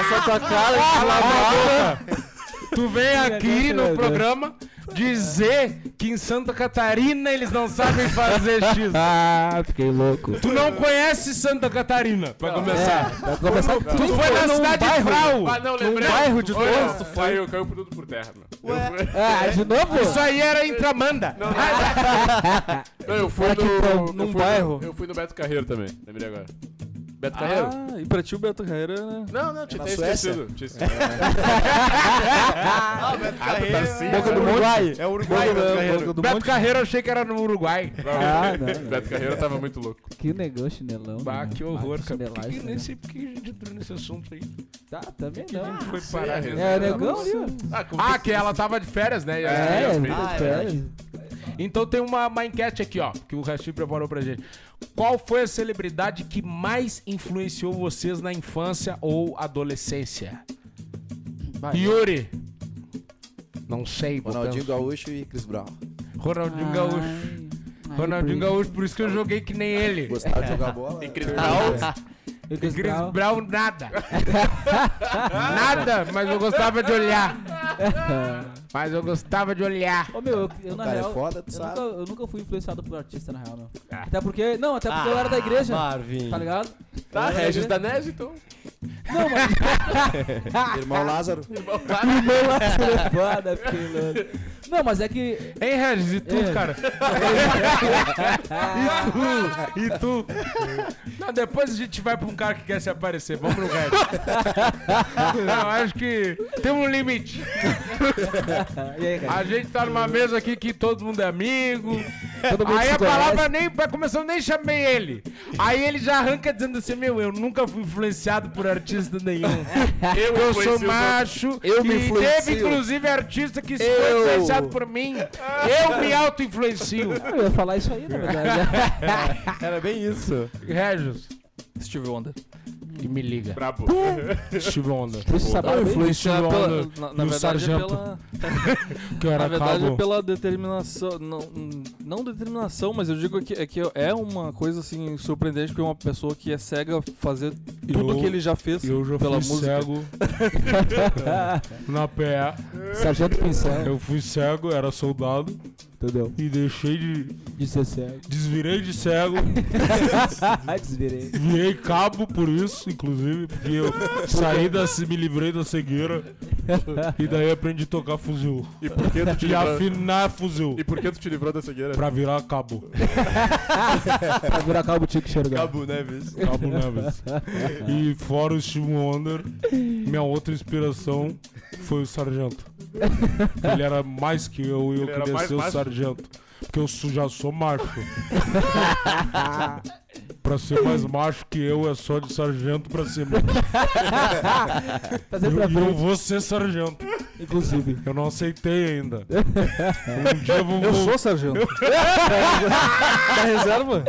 S8: Essa tua cara
S1: Cala a boca. Tu vem aqui no programa dizer que em Santa Catarina eles não sabem fazer X.
S4: Ah, fiquei louco. É,
S1: Tu não conhece Santa Catarina, pra começar.
S4: Vai começar tudo.
S1: Tu foi na cidade de
S5: Ah,
S1: Frau.
S5: não, lembrei.
S4: bairro de
S5: Foi,
S4: todos,
S5: não. Caiu, caiu tudo por terra, meu.
S6: Ué.
S5: Eu fui-
S4: Ah, de novo?
S1: Isso aí era Intramanda.
S5: Não, eu fui
S4: Era que tão
S5: no... eu
S8: num
S5: fui no-
S8: bairro.
S5: Eu fui no Beto Carreiro também, lembrei agora. Beto Carreiro?
S8: Ah, e pra ti o Beto Carreiro é...
S5: Não, não, tinha até
S7: Suécia?
S5: esquecido. Tinha esquecido.
S6: Ah, Beto Carreiro.
S4: Boca do Uruguai.
S6: É Uruguai, Beto Carreiro.
S1: Beto Carreiro eu achei que era no Uruguai.
S3: É.
S4: Ah, não.
S5: Beto Carreiro tava muito louco.
S4: Que negócio, chinelão.
S1: Bah,
S4: né?
S1: que horror, cara. Por que
S4: chinelagem,
S1: que
S4: né?
S1: nem sei por que a gente entrou nesse assunto aí.
S4: Tá, também não.
S1: Foi parar.
S4: É, negão ali, ó.
S5: Ah, como
S1: Ah, que ela tava de férias, né? E as
S4: É,
S1: crianças-
S6: Ah, é
S4: é,
S6: verdade.
S1: Então tem uma, uma enquete aqui, ó, que o Rashid preparou pra gente. Qual foi a celebridade que mais influenciou vocês na infância ou adolescência? Yuri. Não sei,
S7: Ronaldinho Gaúcho e Chris Brown.
S1: botão.
S4: Ah,
S1: Ronaldinho Gaúcho.
S4: Ai,
S1: Ronaldinho
S4: bonito.
S1: Gaúcho, por isso que eu joguei que nem ele.
S7: Gostava de jogar bola. E Chris
S6: Ah.
S4: E Chris
S1: Chris
S4: Brown.
S1: Brown, nada. nada, mas eu gostava de olhar.
S4: [laughs]
S1: Mas eu gostava de olhar.
S4: Ô meu, eu, eu na
S7: cara é
S4: real.
S7: foda, tu
S4: eu,
S7: sabe.
S4: nunca, eu nunca fui influenciado por artista, na real, meu.
S1: Ah.
S4: Até porque. Não,
S6: tá
S4: até porque eu era da igreja.
S7: Ah,
S6: Marvin.
S4: Tá ligado? Eu
S5: Tá,
S1: Ah, é,
S7: é,
S4: era
S5: Regis
S4: igreja.
S5: da Neve, então.
S1: [laughs]
S6: Ah.
S7: Irmão Lázaro.
S4: Irmão lá de Sorocabana, fiquei louco. é Não, mas é que.
S1: Hein, Regis? E tu,
S4: É.
S1: cara? e tu? E tu? Não, depois a gente vai pra um cara que quer se aparecer. Vamos pro [laughs] Regis. Não, acho que tem um limite.
S4: E aí, cara?
S1: A gente tá numa mesa aqui que todo mundo é amigo.
S4: Todo mundo
S1: Aí
S4: se
S1: a
S4: conhece.
S1: palavra nem vai começando, nem chamei ele. Aí ele já arranca dizendo assim: Meu, eu nunca fui influenciado por artista nenhum.
S5: Eu,
S1: Eu sou
S5: conheci os
S1: macho.
S7: Eu me
S1: e
S7: influencio.
S1: teve, inclusive, artista que foi
S7: Eu.
S1: influenciado por mim. Eu me auto-influencio.
S4: Ah, Eu ia falar isso aí, na [laughs] verdade. né?
S6: Era bem isso.
S1: Regis,
S8: Steve Wonder.
S1: e me liga.
S5: Brabo.
S1: Steve Wonder.
S4: Deixa eu saber.
S1: Eu
S4: bem.
S1: influenciei o
S8: é pela-
S1: Wonder
S8: na, na
S1: no
S8: verdade, é
S1: sargento.
S8: pela,
S1: que eu
S8: na
S1: era
S8: verdade é
S1: cabo.
S8: pela determinação. Não, não determinação, mas eu digo que é, que é uma coisa assim surpreendente que uma pessoa que é cega fazer tudo
S1: Eu-
S8: que ele já fez
S1: Eu já
S8: pela
S1: fui
S8: música.
S1: cego [laughs] na PE.
S4: Sargento Pincel.
S1: Eu fui cego, era soldado
S4: Entendeu?
S1: e deixei de.
S4: De ser cego.
S1: Desvirei de cego,
S4: Ai, Ah, desvirei.
S1: virei cabo por isso, inclusive, porque eu saí da. me livrei da cegueira e daí aprendi a tocar fuzil.
S5: E por que tu te
S1: E
S5: livrou?
S1: afinar fuzil
S5: E por que tu te livrou da cegueira?
S1: pra virar cabo.
S4: [laughs] Pra virar calvo tinha que enxergar.
S6: Cabo Neves.
S1: Cabo Neves. E fora o Steve Wonder, minha outra inspiração foi o Sargento. Ele era mais que eu e eu
S5: Ele era
S1: queria
S5: mais
S1: ser o
S5: macho?
S1: Sargento. Porque eu su- já sou macho. pra ser mais macho que eu é só de sargento pra ser macho.
S4: Fazer pra
S1: Eu, e eu
S4: frente,
S1: vou ser sargento.
S4: inclusive.
S1: Eu não aceitei
S8: [laughs]
S1: ainda. Um dia eu vou.
S8: Eu sou sargento. da reserva?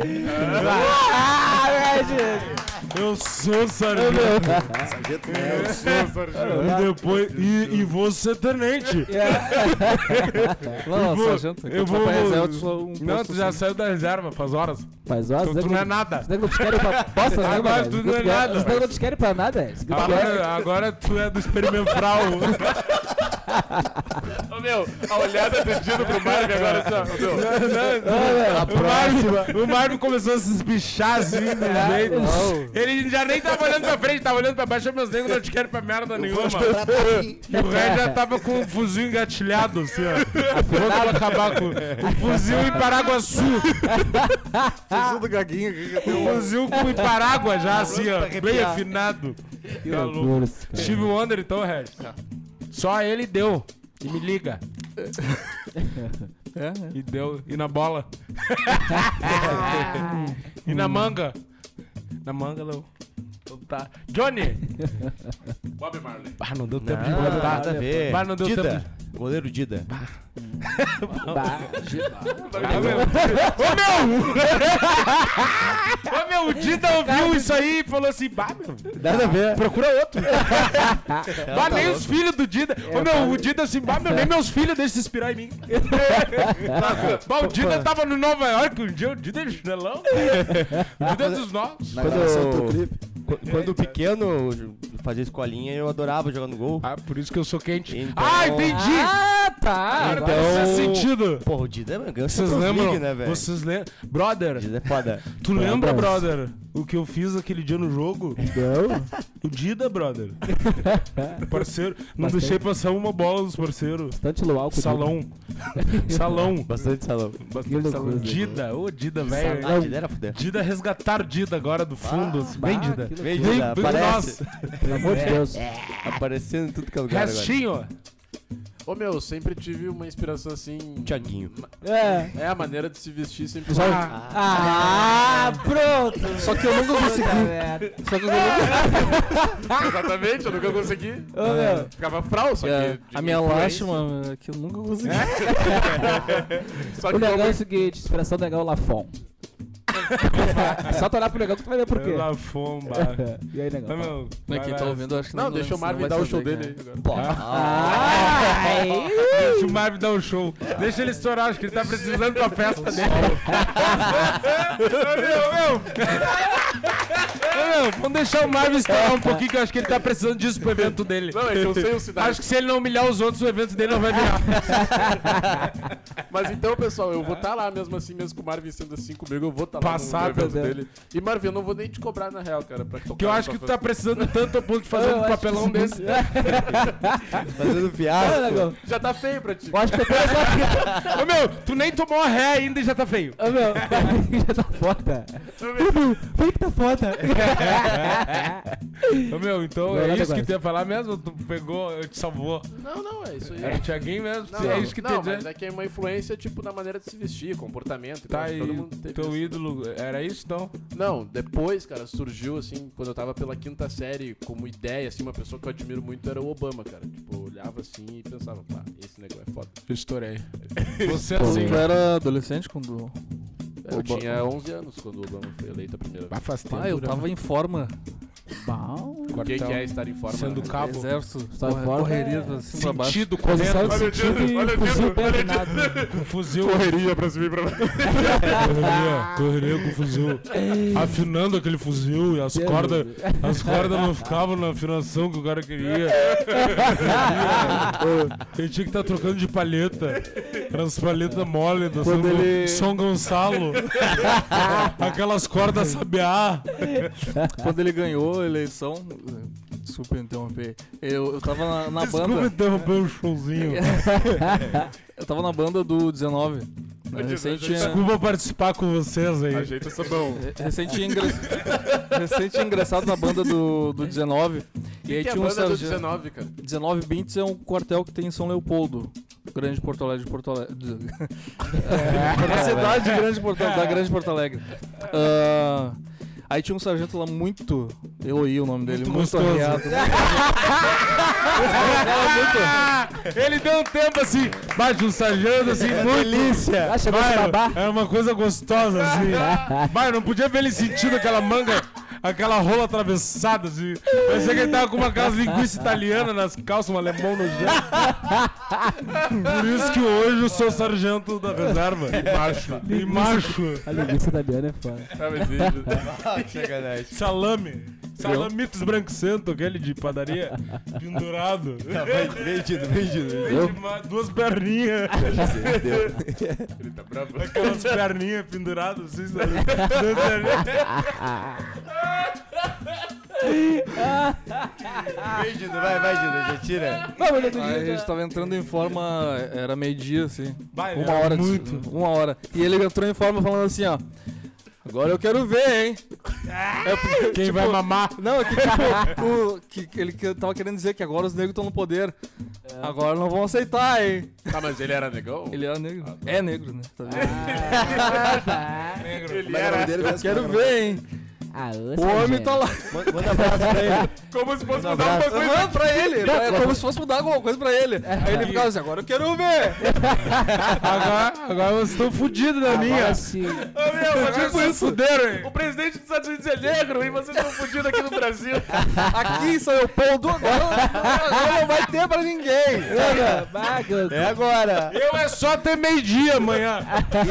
S1: Ah, é, eu sou
S8: É
S1: sargento.
S7: Sargento Neves.
S1: E depois. E, e vou ser tenente.
S8: Não,
S1: Eu
S8: não,
S1: vou-
S8: sargento.
S1: eu
S8: Enquanto
S1: vou-
S8: vai pra reserva, tu só um
S1: Não,
S8: posto
S1: tu já
S8: assim. Ah,
S1: saiu da reserva faz horas.
S4: Mas ó,
S1: Então tu não é nada.
S4: Os negros te querem pra bosta, [laughs] né,
S1: Agora
S4: mano?
S1: tu
S4: Os
S1: não é
S4: negros-
S1: nada,
S4: Os
S1: mas-
S4: negros te querem pra é- nada. Os negros
S1: é
S8: [laughs]
S1: Agora, agora tu é do experimental.
S5: meu, a olhada do Dino pro Marvin agora assim, ó, meu.
S8: Ah, é,
S1: O Marvin, o Marvin começou a se espichar assim,
S8: [laughs]
S1: do
S8: É,
S1: jeito.
S4: Oh,
S1: Ele já nem tava olhando pra frente, tava olhando pra baixo. Meus negros não te querem pra merda
S7: [laughs]
S1: nenhuma.
S6: tá
S1: E o Red já tava com o fuzil engatilhado, assim, ó. Pronto pra acabar com o fuzil em Paraguaçu.
S6: Ah.
S7: Fuzil do Gaguinho.
S1: O fuzil com em Parágua já, assim, ó. Bem afinado.
S4: Que loucura, esse cara.
S1: Steve Wonder, então, Red. Só ele deu. E me liga. E deu. E na bola. [laughs] e na manga. Na manga, Léo. Então Tá. Johnny!
S5: Bob Marley.
S1: Ah, não deu tempo de
S6: Ah,
S1: botar.
S6: nada a ver.
S1: Mas não deu
S6: Dida.
S1: tempo.
S6: Goleiro Dida.
S4: Bah.
S1: Ô, meu, o Dida ouviu isso aí e falou assim, bah, meu,
S4: Nada a ver.
S1: procura outro.
S6: Tá
S1: bah, nem os filhos do Dida. Ô, meu, o Dida assim, bah, meu, nem meus filhos deixam se inspirar em [laughs] mim. bah, o Dida tava no Nova York um dia, o Dida é [laughs] chinelão. O Dida é dos nossos.
S7: Na
S6: Quando-
S7: gravação do clipe.
S6: Qu- Quando pequeno, eu fazia escolinha eu adorava jogar no gol.
S1: Ah, por isso que eu sou quente.
S6: Então-
S1: Ah, entendi!
S4: Ah, tá.
S1: Agora faz sentido.
S6: Porra, o Dida é ganso
S1: Vocês lembram?
S6: né, velho?
S1: Vocês lembram? Brother,
S6: O Dida é foda.
S1: Tu lembra, brother, o que eu fiz aquele dia no jogo? Não. O Dida, [laughs] brother. Parceiro, não
S4: Bastante.
S1: deixei passar uma bola dos [laughs] parceiros.
S4: Bastante luau com o
S1: [laughs] Salão. Salão.
S6: Bastante salão.
S4: Dida. Salão.
S1: Dida, ô Dida, velho.
S6: Ah, o Dida era foda.
S1: Dida é resgatar Dida agora do fundo. Vem, Dida.
S6: Vem,
S1: Vem,
S6: Dida,
S1: vem nós.
S6: aparece.
S4: Pelo amor de Deus.
S6: Aparecendo em tudo que é lugar agora.
S1: Restinho.
S5: Ô meu, eu sempre tive uma inspiração assim.
S6: Thiaguinho.
S4: É.
S5: É a maneira de se vestir sempre.
S1: Ah,
S4: Ah, pronto. Só que eu nunca consegui. Só que eu nunca
S5: Exatamente, eu nunca consegui.
S4: consegui.
S5: Ficava fral, só que. de
S8: A minha
S5: influência.
S8: lástima é que eu nunca consegui.
S5: Só
S4: O
S5: que
S4: negócio é o seguinte, inspiração legal Lafon. É Só tu olhar pro legal que tu vai ver por quê.
S1: pela
S4: [laughs]
S1: fomba.
S4: E aí, legal.
S1: Não,
S8: Né, Quem tá ouvindo, eu acho que
S5: Não, deixa o Marvin
S8: vai
S5: dar o
S8: saber
S5: show
S8: quem
S5: dele
S8: é.
S5: aí agora.
S6: Ah.
S4: Ai,
S1: Deixa o Marvin dar um show. Deixa ele estourar, acho que ele tá precisando pra festa dele. meu, meu. Ô, meu, Vamos deixar o Marvin estourar um pouquinho, que eu acho que ele tá precisando disso pro evento dele.
S5: Não, é que eu sei
S8: [laughs]
S5: o cidade.
S1: Acho que se ele não humilhar os outros, o evento dele não vai virar.
S5: Mas então, pessoal, eu vou estar lá mesmo assim, mesmo com o Marvin sendo assim comigo, eu vou estar lá
S1: Passada,
S5: no evento
S4: né?
S5: dele. E Marvin, eu não vou nem te cobrar na real, cara, pra tocar.
S1: Porque eu acho que tu tá precisando tanto a ponto de fazer
S4: Eu
S1: um
S4: acho
S1: papelão
S4: que
S1: desse.
S6: Fazendo
S4: Olha,
S6: piada.
S4: legal.
S5: Já tá feio pra ti.
S4: Eu acho que eu tenho só
S1: Ô, meu, tu nem tomou a ré ainda e já tá feio.
S4: Ô, [laughs] meu, já tá foda. Bubu, vem que tá foda.
S1: Ô, meu, então
S4: Vai lá,
S1: é isso que
S4: Douglas.
S1: tu ia falar mesmo? Tu pegou, eu te salvou.
S5: Não, não, é isso aí.
S1: Era o Thiaguinho mesmo?
S5: Não,
S1: é
S5: não,
S1: isso que tu ia
S5: não,
S1: dizer.
S5: mas é que é uma influência, tipo, na maneira de se vestir, comportamento. e
S1: Tá
S5: tal,
S1: aí,
S5: é, todo mundo teve
S1: teu
S5: isso.
S1: ídolo, era isso então?
S5: Não, depois, cara, surgiu assim, quando eu tava pela quinta série, como ideia, assim, uma pessoa que eu admiro muito era o Obama, cara. Tipo, eu olhava assim e pensava, pá, esse negócio é foda.
S1: Eu estourei. Você assim.
S8: Assim, eu era adolescente quando.
S5: Eu
S8: Oba-
S5: tinha 11 anos quando o Obama foi eleito a primeira vez.
S1: Faz tempo.
S8: Ah, eu tava em forma.
S4: Bom,
S5: O que,
S8: então
S5: que é estar em forma?
S1: Sendo
S5: né?
S1: cabo.
S8: Exército.
S4: Só em forma
S8: Correria
S4: é
S8: pra cima pra baixo.
S1: Sentido,
S4: posição
S1: correndo.
S4: de sentido e fuzil bem afinado.
S1: Com fuzil.
S5: Correria pra subir pra lá.
S1: Correria, correria com fuzil. Afinando aquele fuzil e as cordas. As cordas não ficavam na afinação que o cara queria. Ele tinha que estar trocando de palheta. Era as palhetas mole do São,
S7: ele-
S1: São Gonçalo. Aquelas cordas sabiá.
S8: Quando ele ganhou a eleição. é, Desculpa eu interromper. Eu, eu tava na, na
S1: Desculpa
S8: banda.
S1: interromper o showzinho.
S8: Eu tava na banda do 19. né, Recente né? tinha-
S1: Desculpa participar com vocês aí.
S5: Ajeita essa mão.
S8: é, Recente, ingra... [laughs] Recente ingressado na banda do, do 19. E aí
S5: Que é a
S8: tinha um
S5: banda do
S8: sargento.
S5: 19, [laughs] cara.
S8: 19 Bints é um quartel que tem em São Leopoldo. Grande Porto Alegre de Porto Alegre. [laughs]
S1: É.
S8: da cidade de grande Porto, da Grande Porto Alegre. Ah, aí tinha um sargento lá muito. Eloí o nome dele,
S1: Muito
S8: muito,
S1: gostoso.
S8: arreado.
S1: Ele deu um tempo assim, bate um sarjando assim, muito. Delícia!
S4: Ah, chegou esse babá.
S1: era uma coisa gostosa assim.
S4: [laughs]
S1: Vai, não podia ver ele sentindo aquela manga, aquela rola atravessada assim. Parecia que ele tava com uma aquelas linguiça italiana nas calças, um alemão no jeito. Por isso que hoje eu sou sargento da reserva. E macho. E macho.
S4: A linguiça da Biana é foda.
S5: [laughs] Ah, mas Tá, ele-
S6: Sacanagem.
S1: Salame. Salamitos branquecento, aquele de padaria, pendurado.
S7: Vendido, vendido.
S1: Tem de uma- Duas [laughs] perninhas.
S5: Ele tá bravo.
S1: Aquelas perninhas penduradas, assim, sabe? Duas perninhas.
S7: Vendido, vai, vai, Dindo, já tira.
S8: Aí a gente tava entrando em forma, era meio-dia, assim.
S1: Vai,
S8: Uma
S1: velho,
S8: hora. de-
S1: muito.
S8: Uma hora. E ele entrou em forma falando assim, ó. Agora eu quero ver, hein? É porque,
S1: Quem
S8: tipo,
S1: vai mamar?
S8: Não, é que tipo, o, que, que ele que- tava querendo dizer que agora os negros estão no poder. Agora não vão aceitar, hein?
S5: Ah, mas ele era negão?
S8: Ele era negro. É negro, né? Tá vendo?
S5: Ele
S7: Mas o nome dele mesmo,
S8: quero
S7: né?
S1: é
S8: ver, hein?
S4: Ah,
S8: O homem tá lá.
S7: Manda manda abraço pra ele.
S5: Como se fosse
S7: Manda
S5: mudar
S7: abraço.
S5: uma coisa.
S8: Não,
S1: [laughs]
S8: pra ele. é como se fosse mudar alguma coisa pra ele. Aí ele ficava assim, agora eu quero ver.
S1: [laughs] Agora, agora vocês estão fudidos né, na minha.
S4: Assim,
S5: Ah,
S8: [laughs]
S5: meu, mas
S1: Tipo
S5: vocês-
S1: isso, fuderam, hein?
S5: O presidente dos Estados Unidos é negro e vocês estão fudidos aqui no Brasil.
S8: [laughs] Aqui em São Leopoldo agora, agora não vai ter pra ninguém.
S7: É agora.
S1: Eu é só até meio-dia amanhã.
S6: É.
S7: E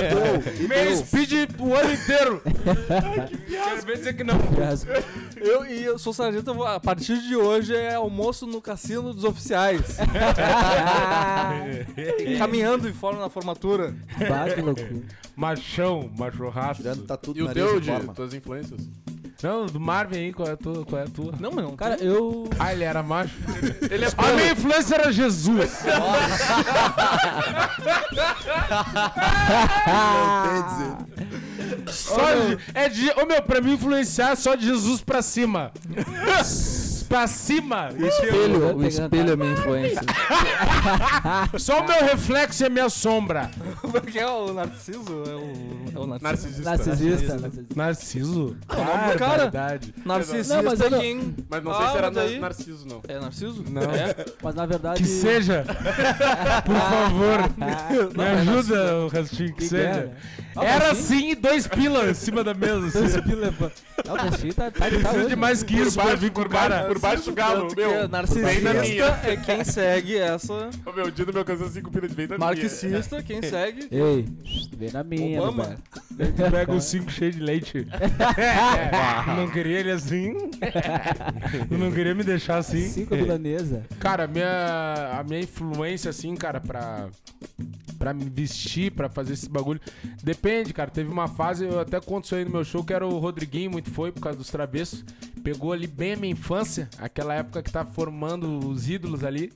S7: deu, e deu.
S1: Meio speed o ano
S8: [laughs]
S1: inteiro. Quero ver dizer que não.
S8: Eu e eu sou sargento, eu vou- a partir de hoje é almoço no cassino dos [laughs] oficiais. É. Caminhando em forma na formatura.
S4: bah, que loucura.
S1: Machão, machorraço.
S7: Tirando tá tudo
S5: E o
S7: nariz
S5: teu,
S7: de
S5: de
S7: forma.
S5: tuas influências?
S1: Não, do Marvin aí, qual é a tua? Qual é a tua?
S8: Não, mas um não.
S4: Cara, eu.
S1: Ah, ele era macho.
S5: Ele é
S1: A minha influência era Jesus.
S7: Não tem dizer.
S1: Só de, é de. Ô meu, pra me influenciar é só de Jesus pra cima. pra cima.
S8: espelho, o espelho é minha influência.
S1: Só o meu reflexo e a minha sombra.
S8: [laughs] Como é que é o Narciso? É o, é o Narciso.
S5: narcisista. né?
S4: Narcisista. narcisista.
S1: Narciso.
S8: É o nome do cara?
S1: Verdade.
S8: Narcisista
S4: Não, mas eu não-
S8: quem...
S5: Mas não sei
S8: Ah,
S5: se era
S8: mas aí-
S5: na- Narciso, não.
S8: É Narciso?
S1: Não.
S8: É?
S4: Mas na verdade.
S1: Que seja. Por [laughs] favor. Me ajuda, o Rastinho, assim, que
S4: que
S1: seja.
S4: era?
S1: Era sim dois pila em cima da mesa. Assim.
S4: Não, o Narciso tá, tá, tá
S1: Precisa
S4: hoje,
S1: de mais que isso pra vir com o cara.
S5: Por baixo do galo,
S8: Tanto que é
S5: meu. Vem na minha.
S8: narcisista é quem segue essa.
S5: Ô, meu, o Dino me alcançou 5 pila de vem na minha.
S8: Marxista, quem segue. é,
S4: Ei, vem na minha,
S8: Obama.
S4: Obama.
S1: Pega os cinco cheios de leite. Não queria ele assim. Não queria me deixar assim.
S4: Cinco milanesa.
S3: Cara, a minha, a minha influência, assim, cara, pra, pra me vestir, pra fazer esse bagulho. Depende, cara. Teve uma fase, eu até conto isso aí no meu show, que era o Rodriguinho, muito foi, por causa dos travessos. Pegou ali bem a minha infância, aquela época que tava formando os ídolos ali.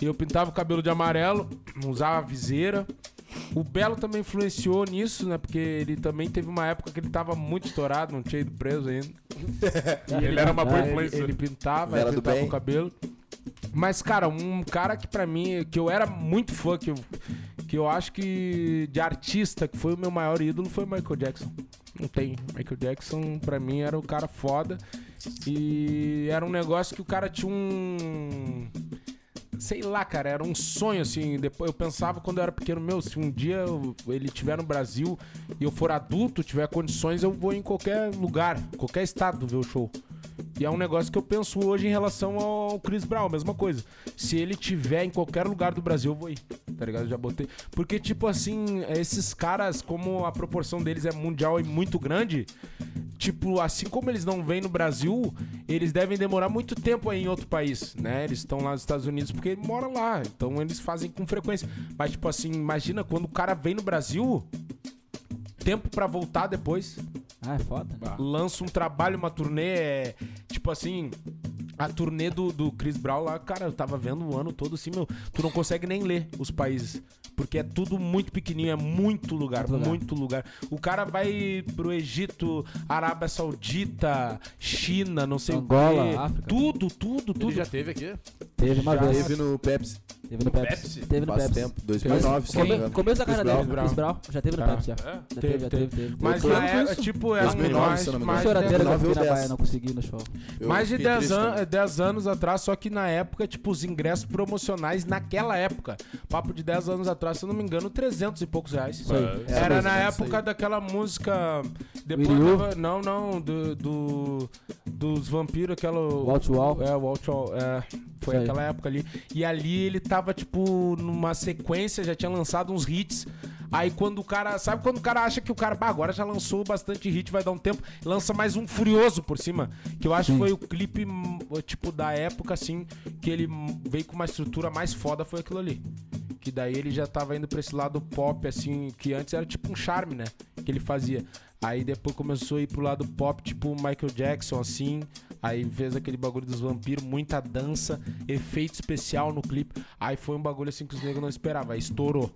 S3: E eu pintava o cabelo de amarelo, usava viseira. O Belo também influenciou nisso, né? Porque ele também teve uma época que ele tava muito estourado, não tinha ido preso ainda. E ele,
S5: era uma boa
S3: ele-
S5: influência.
S3: Ele pintava,
S7: Era
S3: ele
S7: do
S3: pintava
S7: bem.
S3: o cabelo. Mas, cara, um cara que pra mim, que eu era muito fã, que eu, que eu acho que de artista, que foi o meu maior ídolo, foi o Michael Jackson. Não tem. Michael Jackson, pra mim, era o cara foda. E era um negócio que o cara tinha um. Sei lá, cara, era um sonho, assim. Depois eu pensava quando eu era pequeno, meu, se um dia eu- ele estiver no Brasil e eu for adulto, tiver condições, eu vou em qualquer lugar, qualquer estado ver o show. E é um negócio que eu penso hoje em relação ao Chris Brown, mesma coisa. Se ele tiver em qualquer lugar do Brasil, eu vou ir. Tá ligado? Eu já botei. Porque, tipo assim, esses caras, como a proporção deles é mundial e muito grande, tipo, assim como eles não vêm no Brasil, eles devem demorar muito tempo aí em outro país, né? Eles estão lá nos Estados Unidos porque ele mora lá. Então eles fazem com frequência. Mas, tipo assim, imagina quando o cara vem no Brasil. Tempo pra voltar depois
S4: Ah, é foda. né?
S3: lança um trabalho, uma turnê, é, tipo assim. A turnê do, do Chris Brown lá, cara, eu tava vendo o ano todo assim, meu. Tu não consegue nem ler os países. Porque é tudo muito pequenininho, é muito lugar,
S4: Muito lugar.
S3: muito lugar. O cara vai pro Egito, Arábia Saudita, China, não sei
S4: Angola,
S3: o quê.
S4: África.
S3: Tudo, tudo, tudo.
S5: Ele já teve aqui?
S4: Teve uma vez.
S7: Teve no Pepsi.
S4: Teve no Pepsi. Teve no
S7: Faz
S4: Pepsi.
S7: tempo, 2009, se não me
S4: Come,
S7: engano.
S4: começo da
S7: Chris
S4: cara
S7: Brown.
S4: dele, Chris Brown. Já teve no Pepsi, já. Já teve, já teve, teve.
S3: Mas
S7: Eu tô-
S3: na época, tipo, era um
S7: 2009,
S3: mais,
S7: se eu não me
S3: mais
S4: Que choradeira que eu
S7: 2009
S4: fiquei na
S7: ou
S4: Bahia,
S7: 10?
S4: não consegui no show.
S7: Eu
S3: Mais de
S7: fiquei
S3: 10,
S7: triste
S3: an-
S7: também.
S3: 10 anos atrás, só que na época, tipo, os ingressos promocionais naquela época. Papo de 10 anos atrás, se eu não me engano, 300 e poucos reais.
S4: Isso
S7: É,
S4: aí.
S3: Era
S7: mais ou
S3: na
S7: menos isso
S3: época
S7: aí.
S3: daquela música. Depois
S4: Will You?
S3: tava- Não, não, do, do- dos vampiros, aquela.
S4: Walt to Wall.
S3: É, Walt to Wall, é, Foi
S4: Isso aí.
S3: aquela época ali. E ali ele tava, tipo, numa sequência, já tinha lançado uns hits. Aí quando o cara. Sabe quando o cara acha que o cara. Bah, agora já lançou bastante hit, vai dar um tempo. Lança mais um Furioso por cima. Que eu acho que foi o clipe, hum, tipo, da época, assim, que ele hum, veio com uma estrutura mais foda, foi aquilo ali. Que daí ele já tava indo pra esse lado pop, assim, que antes era tipo um charme, né? Que ele fazia. Aí depois começou a ir pro lado pop, tipo Michael Jackson, assim. Aí fez aquele bagulho dos vampiros, muita dança, efeito especial no clipe. Aí foi um bagulho assim que os negros não esperavam, aí estourou.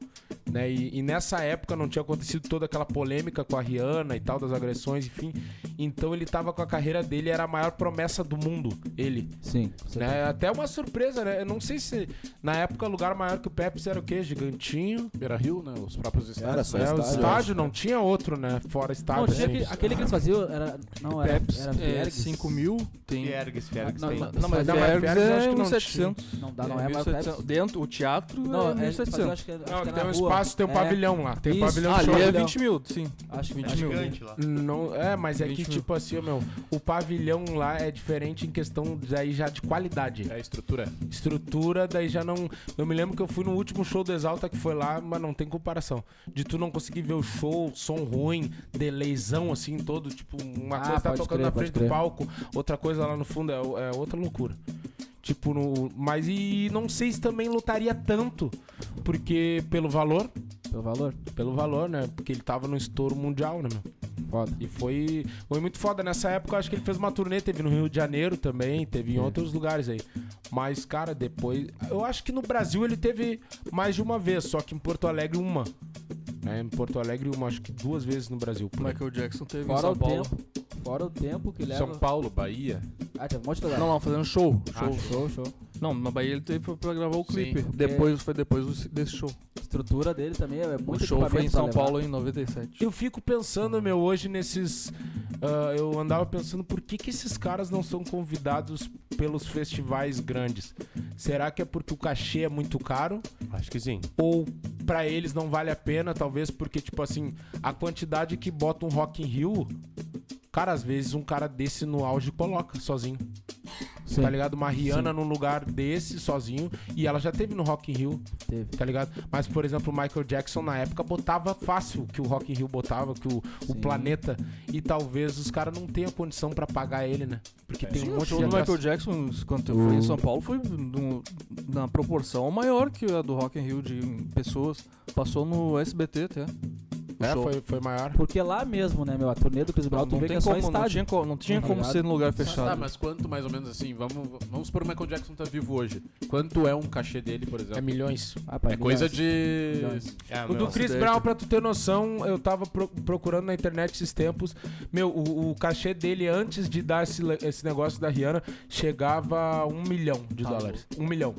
S3: Né? E, e nessa época não tinha acontecido toda aquela polêmica com a Rihanna e tal, das agressões, enfim. Então ele tava com a carreira dele, era a maior promessa do mundo, ele.
S4: Sim.
S3: Né? Até uma surpresa, né? Eu não sei se na época o lugar maior que o Pepsi era o quê? Gigantinho.
S5: Beira Rio, né? Os próprios estados.
S9: Era só
S3: né? O
S9: estádio.
S3: estádio não tinha outro, né? Fora estádio.
S4: Não, tinha
S3: assim.
S4: aquele, aquele que eles faziam era. Não, era. era
S8: É,
S4: Viergues.
S8: 5 mil, tem...
S6: Fiergs, Fiergs
S4: Não,
S6: tem.
S4: não,
S8: Não, mas
S3: Não, mas
S8: Viergues
S3: Viergues eu acho
S8: é
S3: que não
S8: 1700.
S4: Não dá, não é, mais o
S8: 1700.
S4: Pepsi.
S8: Dentro, o teatro
S4: Não,
S8: é
S4: é, eles faziam,
S8: 1700.
S4: acho que, acho
S3: Não,
S4: que é
S3: tem
S4: na
S3: um
S4: rua.
S3: espaço, tem um
S4: É.
S3: pavilhão lá. Tem um
S4: Isso.
S3: pavilhão
S4: Ah,
S3: show.
S8: Ali é
S4: Não.
S8: 20 mil, sim.
S4: Acho que
S8: 20
S6: É
S8: mil.
S6: gigante lá.
S3: Não, é, mas é que,
S8: 20 mil.
S3: tipo assim, ó, meu, o pavilhão lá é diferente em questão daí já de qualidade.
S5: É a estrutura.
S3: Estrutura, daí já não. Eu me lembro que eu fui no último show do Exalta que foi lá, mas não tem comparação. De tu não conseguir ver o show, som ruim, delayzão assim todo, tipo, uma
S4: Ah,
S3: coisa tá
S4: pode
S3: tocando
S4: crer,
S3: na
S4: pode
S3: frente do
S4: crer.
S3: palco, outra coisa lá no fundo é, é outra loucura. Tipo, no, mas e não sei se também lutaria tanto, porque pelo valor,
S4: Pelo valor?
S3: pelo valor, né? Porque ele tava no estouro mundial, né, meu?
S4: Foda.
S3: E foi, foi muito foda. Nessa época, eu acho que ele fez uma turnê, teve no Rio de Janeiro também, teve em outros lugares aí. Mas, cara, depois. Eu acho que no Brasil ele teve mais de uma vez, só que em Porto Alegre, uma. É, em Porto Alegre, uma, acho que duas vezes no Brasil. por aí.
S8: Michael Jackson teve em
S4: Fora
S8: São
S4: o
S8: Paulo.
S4: tempo. Fora o tempo que leva.
S5: São Paulo, Bahia.
S4: Ah, teve um monte de
S8: Não,
S4: lugar. Ah,
S8: não, fazendo show.
S4: Show, show, show.
S8: Não, na Bahia ele teve pra- pra gravar o
S4: É.
S8: clipe.
S5: Sim.
S8: Depois, foi depois do- desse show.
S4: A estrutura dele também é muito
S8: o show foi em
S4: equipamento
S8: São
S4: pra levar.
S8: Paulo em 97.
S3: Eu fico pensando, meu, hoje nesses. ah, eu andava pensando por que, que esses caras não são convidados pelos festivais grandes. Será que é porque o cachê é muito caro?
S5: Acho que sim.
S3: ou pra eles não vale a pena, talvez porque tipo assim, a quantidade que bota um Rock in Rio, cara, às vezes um cara desse no auge coloca sozinho.
S4: Sim,
S3: Tá ligado? Uma Rihanna num lugar desse sozinho e ela já teve no Rock in Rio,
S4: teve.
S3: tá ligado? Mas por exemplo, o Michael Jackson na época botava fácil o que o Rock in Rio botava, que o, o
S4: Sim.
S3: planeta e talvez os caras não tenham condição pra pagar ele, né? Porque tem
S8: É, Sim,
S3: um
S8: o
S3: monte
S8: show
S3: de
S8: do Michael
S3: atração.
S8: Jackson, quando eu fui em São Paulo, foi num- na proporção maior que a do Rock in Rio de pessoas. Passou no SBT até. O
S3: É,
S8: show.
S3: foi, foi maior.
S4: Porque lá mesmo, né, meu? A turnê do Chris Brown, tu
S8: Não,
S4: vê que
S8: tem
S4: é só
S8: como, não
S4: estádio.
S8: tinha, co- não tinha
S4: Tá
S8: como
S4: ligado?
S8: ser no lugar
S5: Tá,
S8: fechado.
S5: mas quanto mais ou menos assim, vamos, vamos supor o Michael Jackson tá vivo hoje. Quanto é um cachê dele, por exemplo?
S3: É milhões.
S4: Ah, pai,
S5: É coisa
S4: milhões.
S5: de.
S4: Milhões.
S6: É,
S3: O do Chris
S8: acidente.
S3: Brown, pra tu ter noção, eu tava pro- procurando na internet esses tempos. Meu, o, o cachê dele antes de dar esse, le- esse negócio da Rihanna chegava a um milhão de
S8: Tá
S3: dólares. Um milhão.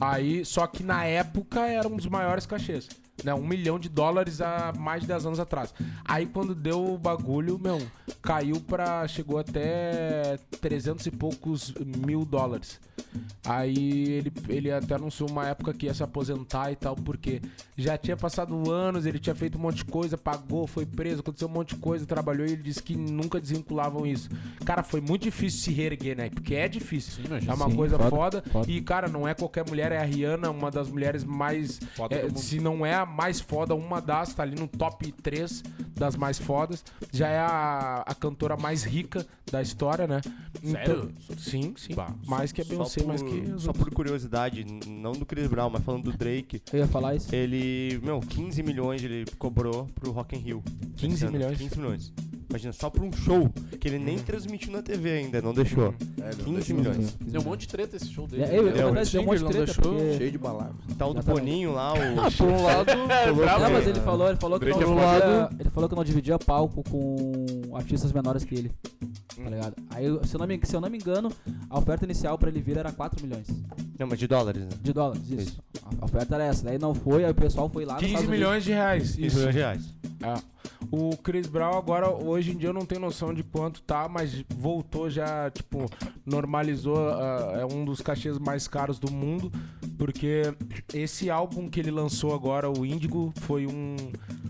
S3: Aí, só que na época era um dos maiores cachês. Né, um milhão de dólares há mais de 10 anos atrás. Aí quando deu o bagulho, meu, caiu pra. chegou até 300 e poucos mil dólares. Aí ele, ele até anunciou uma época que ia se aposentar e tal, porque já tinha passado anos, ele tinha feito um monte de coisa, pagou, foi preso, aconteceu um monte de coisa, trabalhou e ele disse que nunca desvinculavam isso. Cara, foi muito difícil se reerguer, né? Porque é difícil. é uma
S4: Sim,
S3: coisa
S4: foda,
S3: foda,
S4: foda.
S3: E, cara, não é qualquer mulher, é a Rihanna, uma das mulheres mais.
S5: Foda
S3: é,
S5: do mundo.
S3: se não é a mais foda, uma das, tá ali no top 3 das mais fodas. Já é a, a cantora mais rica da história, né?
S5: Sério?
S3: Então- sim, sim.
S5: Bah,
S3: mais que é a Beyoncé, mais que. as
S6: Só por curiosidade, n- não do Chris Brown, mas falando do Drake,
S4: Eu ia falar isso.
S6: ele, meu, 15 milhões ele cobrou pro Rock in Rio.
S3: 15
S6: Esse ano,
S3: milhões?
S6: 15 milhões. Imagina, só por um show que ele
S4: Uhum.
S6: nem transmitiu na TV ainda, não deixou. 15 milhões.
S5: Deu um monte de treta esse show dele.
S4: É, eu, eu,
S6: Deu,
S4: na verdade, deu um monte de
S8: Schindler não
S4: treta,
S8: deixou.
S4: porque...
S9: Cheio de palavras.
S6: Tal do
S4: Já tá
S6: Boninho lá,
S4: [laughs]
S6: o...
S8: Por um lado,
S4: Não,
S6: né?
S4: mas ele falou, ele falou que não
S5: Drake é
S4: dividia, ele falou que não dividia palco com artistas menores que ele. Tá ligado? Aí, se eu não me, se eu não me engano, a oferta inicial pra ele vir era 4 milhões
S6: Não, mas de dólares, né?
S4: de dólares, isso. A oferta era essa, daí não foi, aí o pessoal foi lá nos
S3: 15
S4: Estados
S3: milhões de reais.
S6: 15
S3: Isso.
S6: milhões de reais.
S3: É. O Chris Brown agora, hoje em dia, eu não tenho noção de quanto tá, mas voltou já, tipo, normalizou. ah, é um dos cachês mais caros do mundo, porque esse álbum que ele lançou agora, o Índigo, foi um.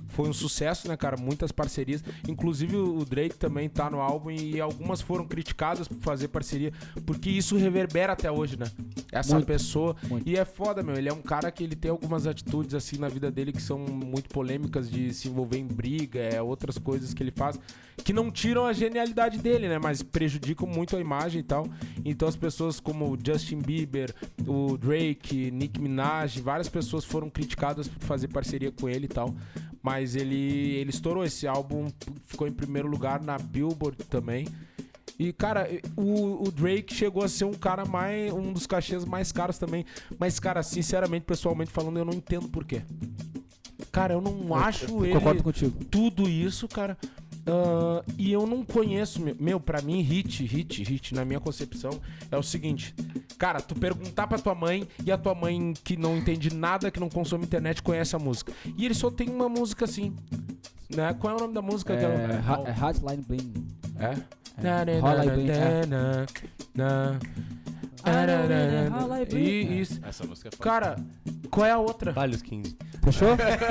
S3: Foi um sucesso, né, cara? Muitas parcerias. Inclusive o Drake também tá no álbum e algumas foram criticadas por fazer parceria, porque isso reverbera até hoje, né? Essa pessoa. E é foda, meu. Ele é um cara que ele tem algumas atitudes assim na vida dele que são muito polêmicas de se envolver em briga, é, outras coisas que ele faz que não tiram a genialidade dele, né? Mas prejudicam muito a imagem e tal. Então as pessoas como o Justin Bieber, o Drake, Nick Minaj, várias pessoas foram criticadas por fazer parceria com ele e tal. Mas ele, ele estourou esse álbum, ficou em primeiro lugar na Billboard também. E, cara, o, o Drake chegou a ser um cara mais. um dos cachês mais caros também. Mas, cara, sinceramente, pessoalmente falando, eu não entendo por quê. Cara, eu não acho ele
S4: Concordo contigo.
S3: tudo isso, cara. Ah, e eu não conheço, meu, meu, pra mim, hit, hit, hit, na minha concepção, é o seguinte. Cara, tu perguntar pra tua mãe e a tua mãe que não entende nada, que não consome internet, conhece a música. E ele só tem uma música assim. Né? Qual é o nome da música?
S4: É,
S3: aquela?
S4: ha- é Hotline Bling.
S3: É?
S4: Rola aí, Blink, é.
S3: E isso.
S5: Essa música é foda.
S3: Cara, qual é a outra?
S10: Vale os 15.
S4: É. Fechou?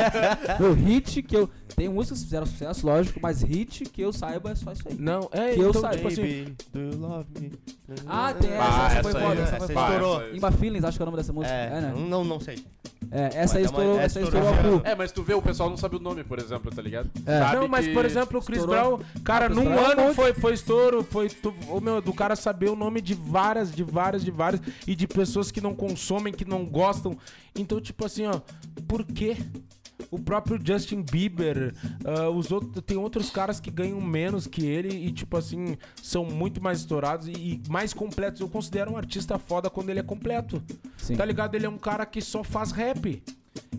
S4: [laughs] Meu hit que eu. Tem músicas que fizeram sucesso, lógico, mas hit que eu saiba é só isso aí.
S3: Não, é
S4: Que eu
S3: então,
S4: saiba.
S3: tipo assim,
S6: Baby, do you love me?
S4: Tá, Ah, tem essa,
S6: Ah,
S4: essa, foi
S6: aí,
S4: foda, essa,
S6: essa
S4: foi
S6: aí
S4: foda.
S6: estourou.
S4: Imba Feelings, acho que é o nome dessa música. É,
S6: É,
S4: né?
S6: não, não sei.
S4: É, essa aí
S6: Mas também-
S4: estourou,
S6: essa
S4: essa aí estourou a
S6: estourou
S4: full.
S5: É, mas tu vê, o pessoal não sabe o nome, por exemplo, tá ligado?
S4: É.
S5: Sabe
S3: Não, mas
S5: que-
S3: por exemplo, o Chris
S4: Estourou.
S3: Brown, cara,
S4: Chris
S3: num
S4: Brown é um
S3: ano
S4: monte.
S3: foi, foi estouro, foi. Tu, ô, meu, do cara saber o nome de várias, de várias, de várias, e de pessoas que não consomem, que não gostam. Então, tipo assim, ó, por quê? O próprio Justin Bieber, ah, os outros, tem outros caras que ganham menos que ele e, tipo assim, são muito mais estourados e, e mais completos. Eu considero um artista foda quando ele é completo.
S4: Sim.
S3: Tá ligado? Ele é um cara que só faz rap.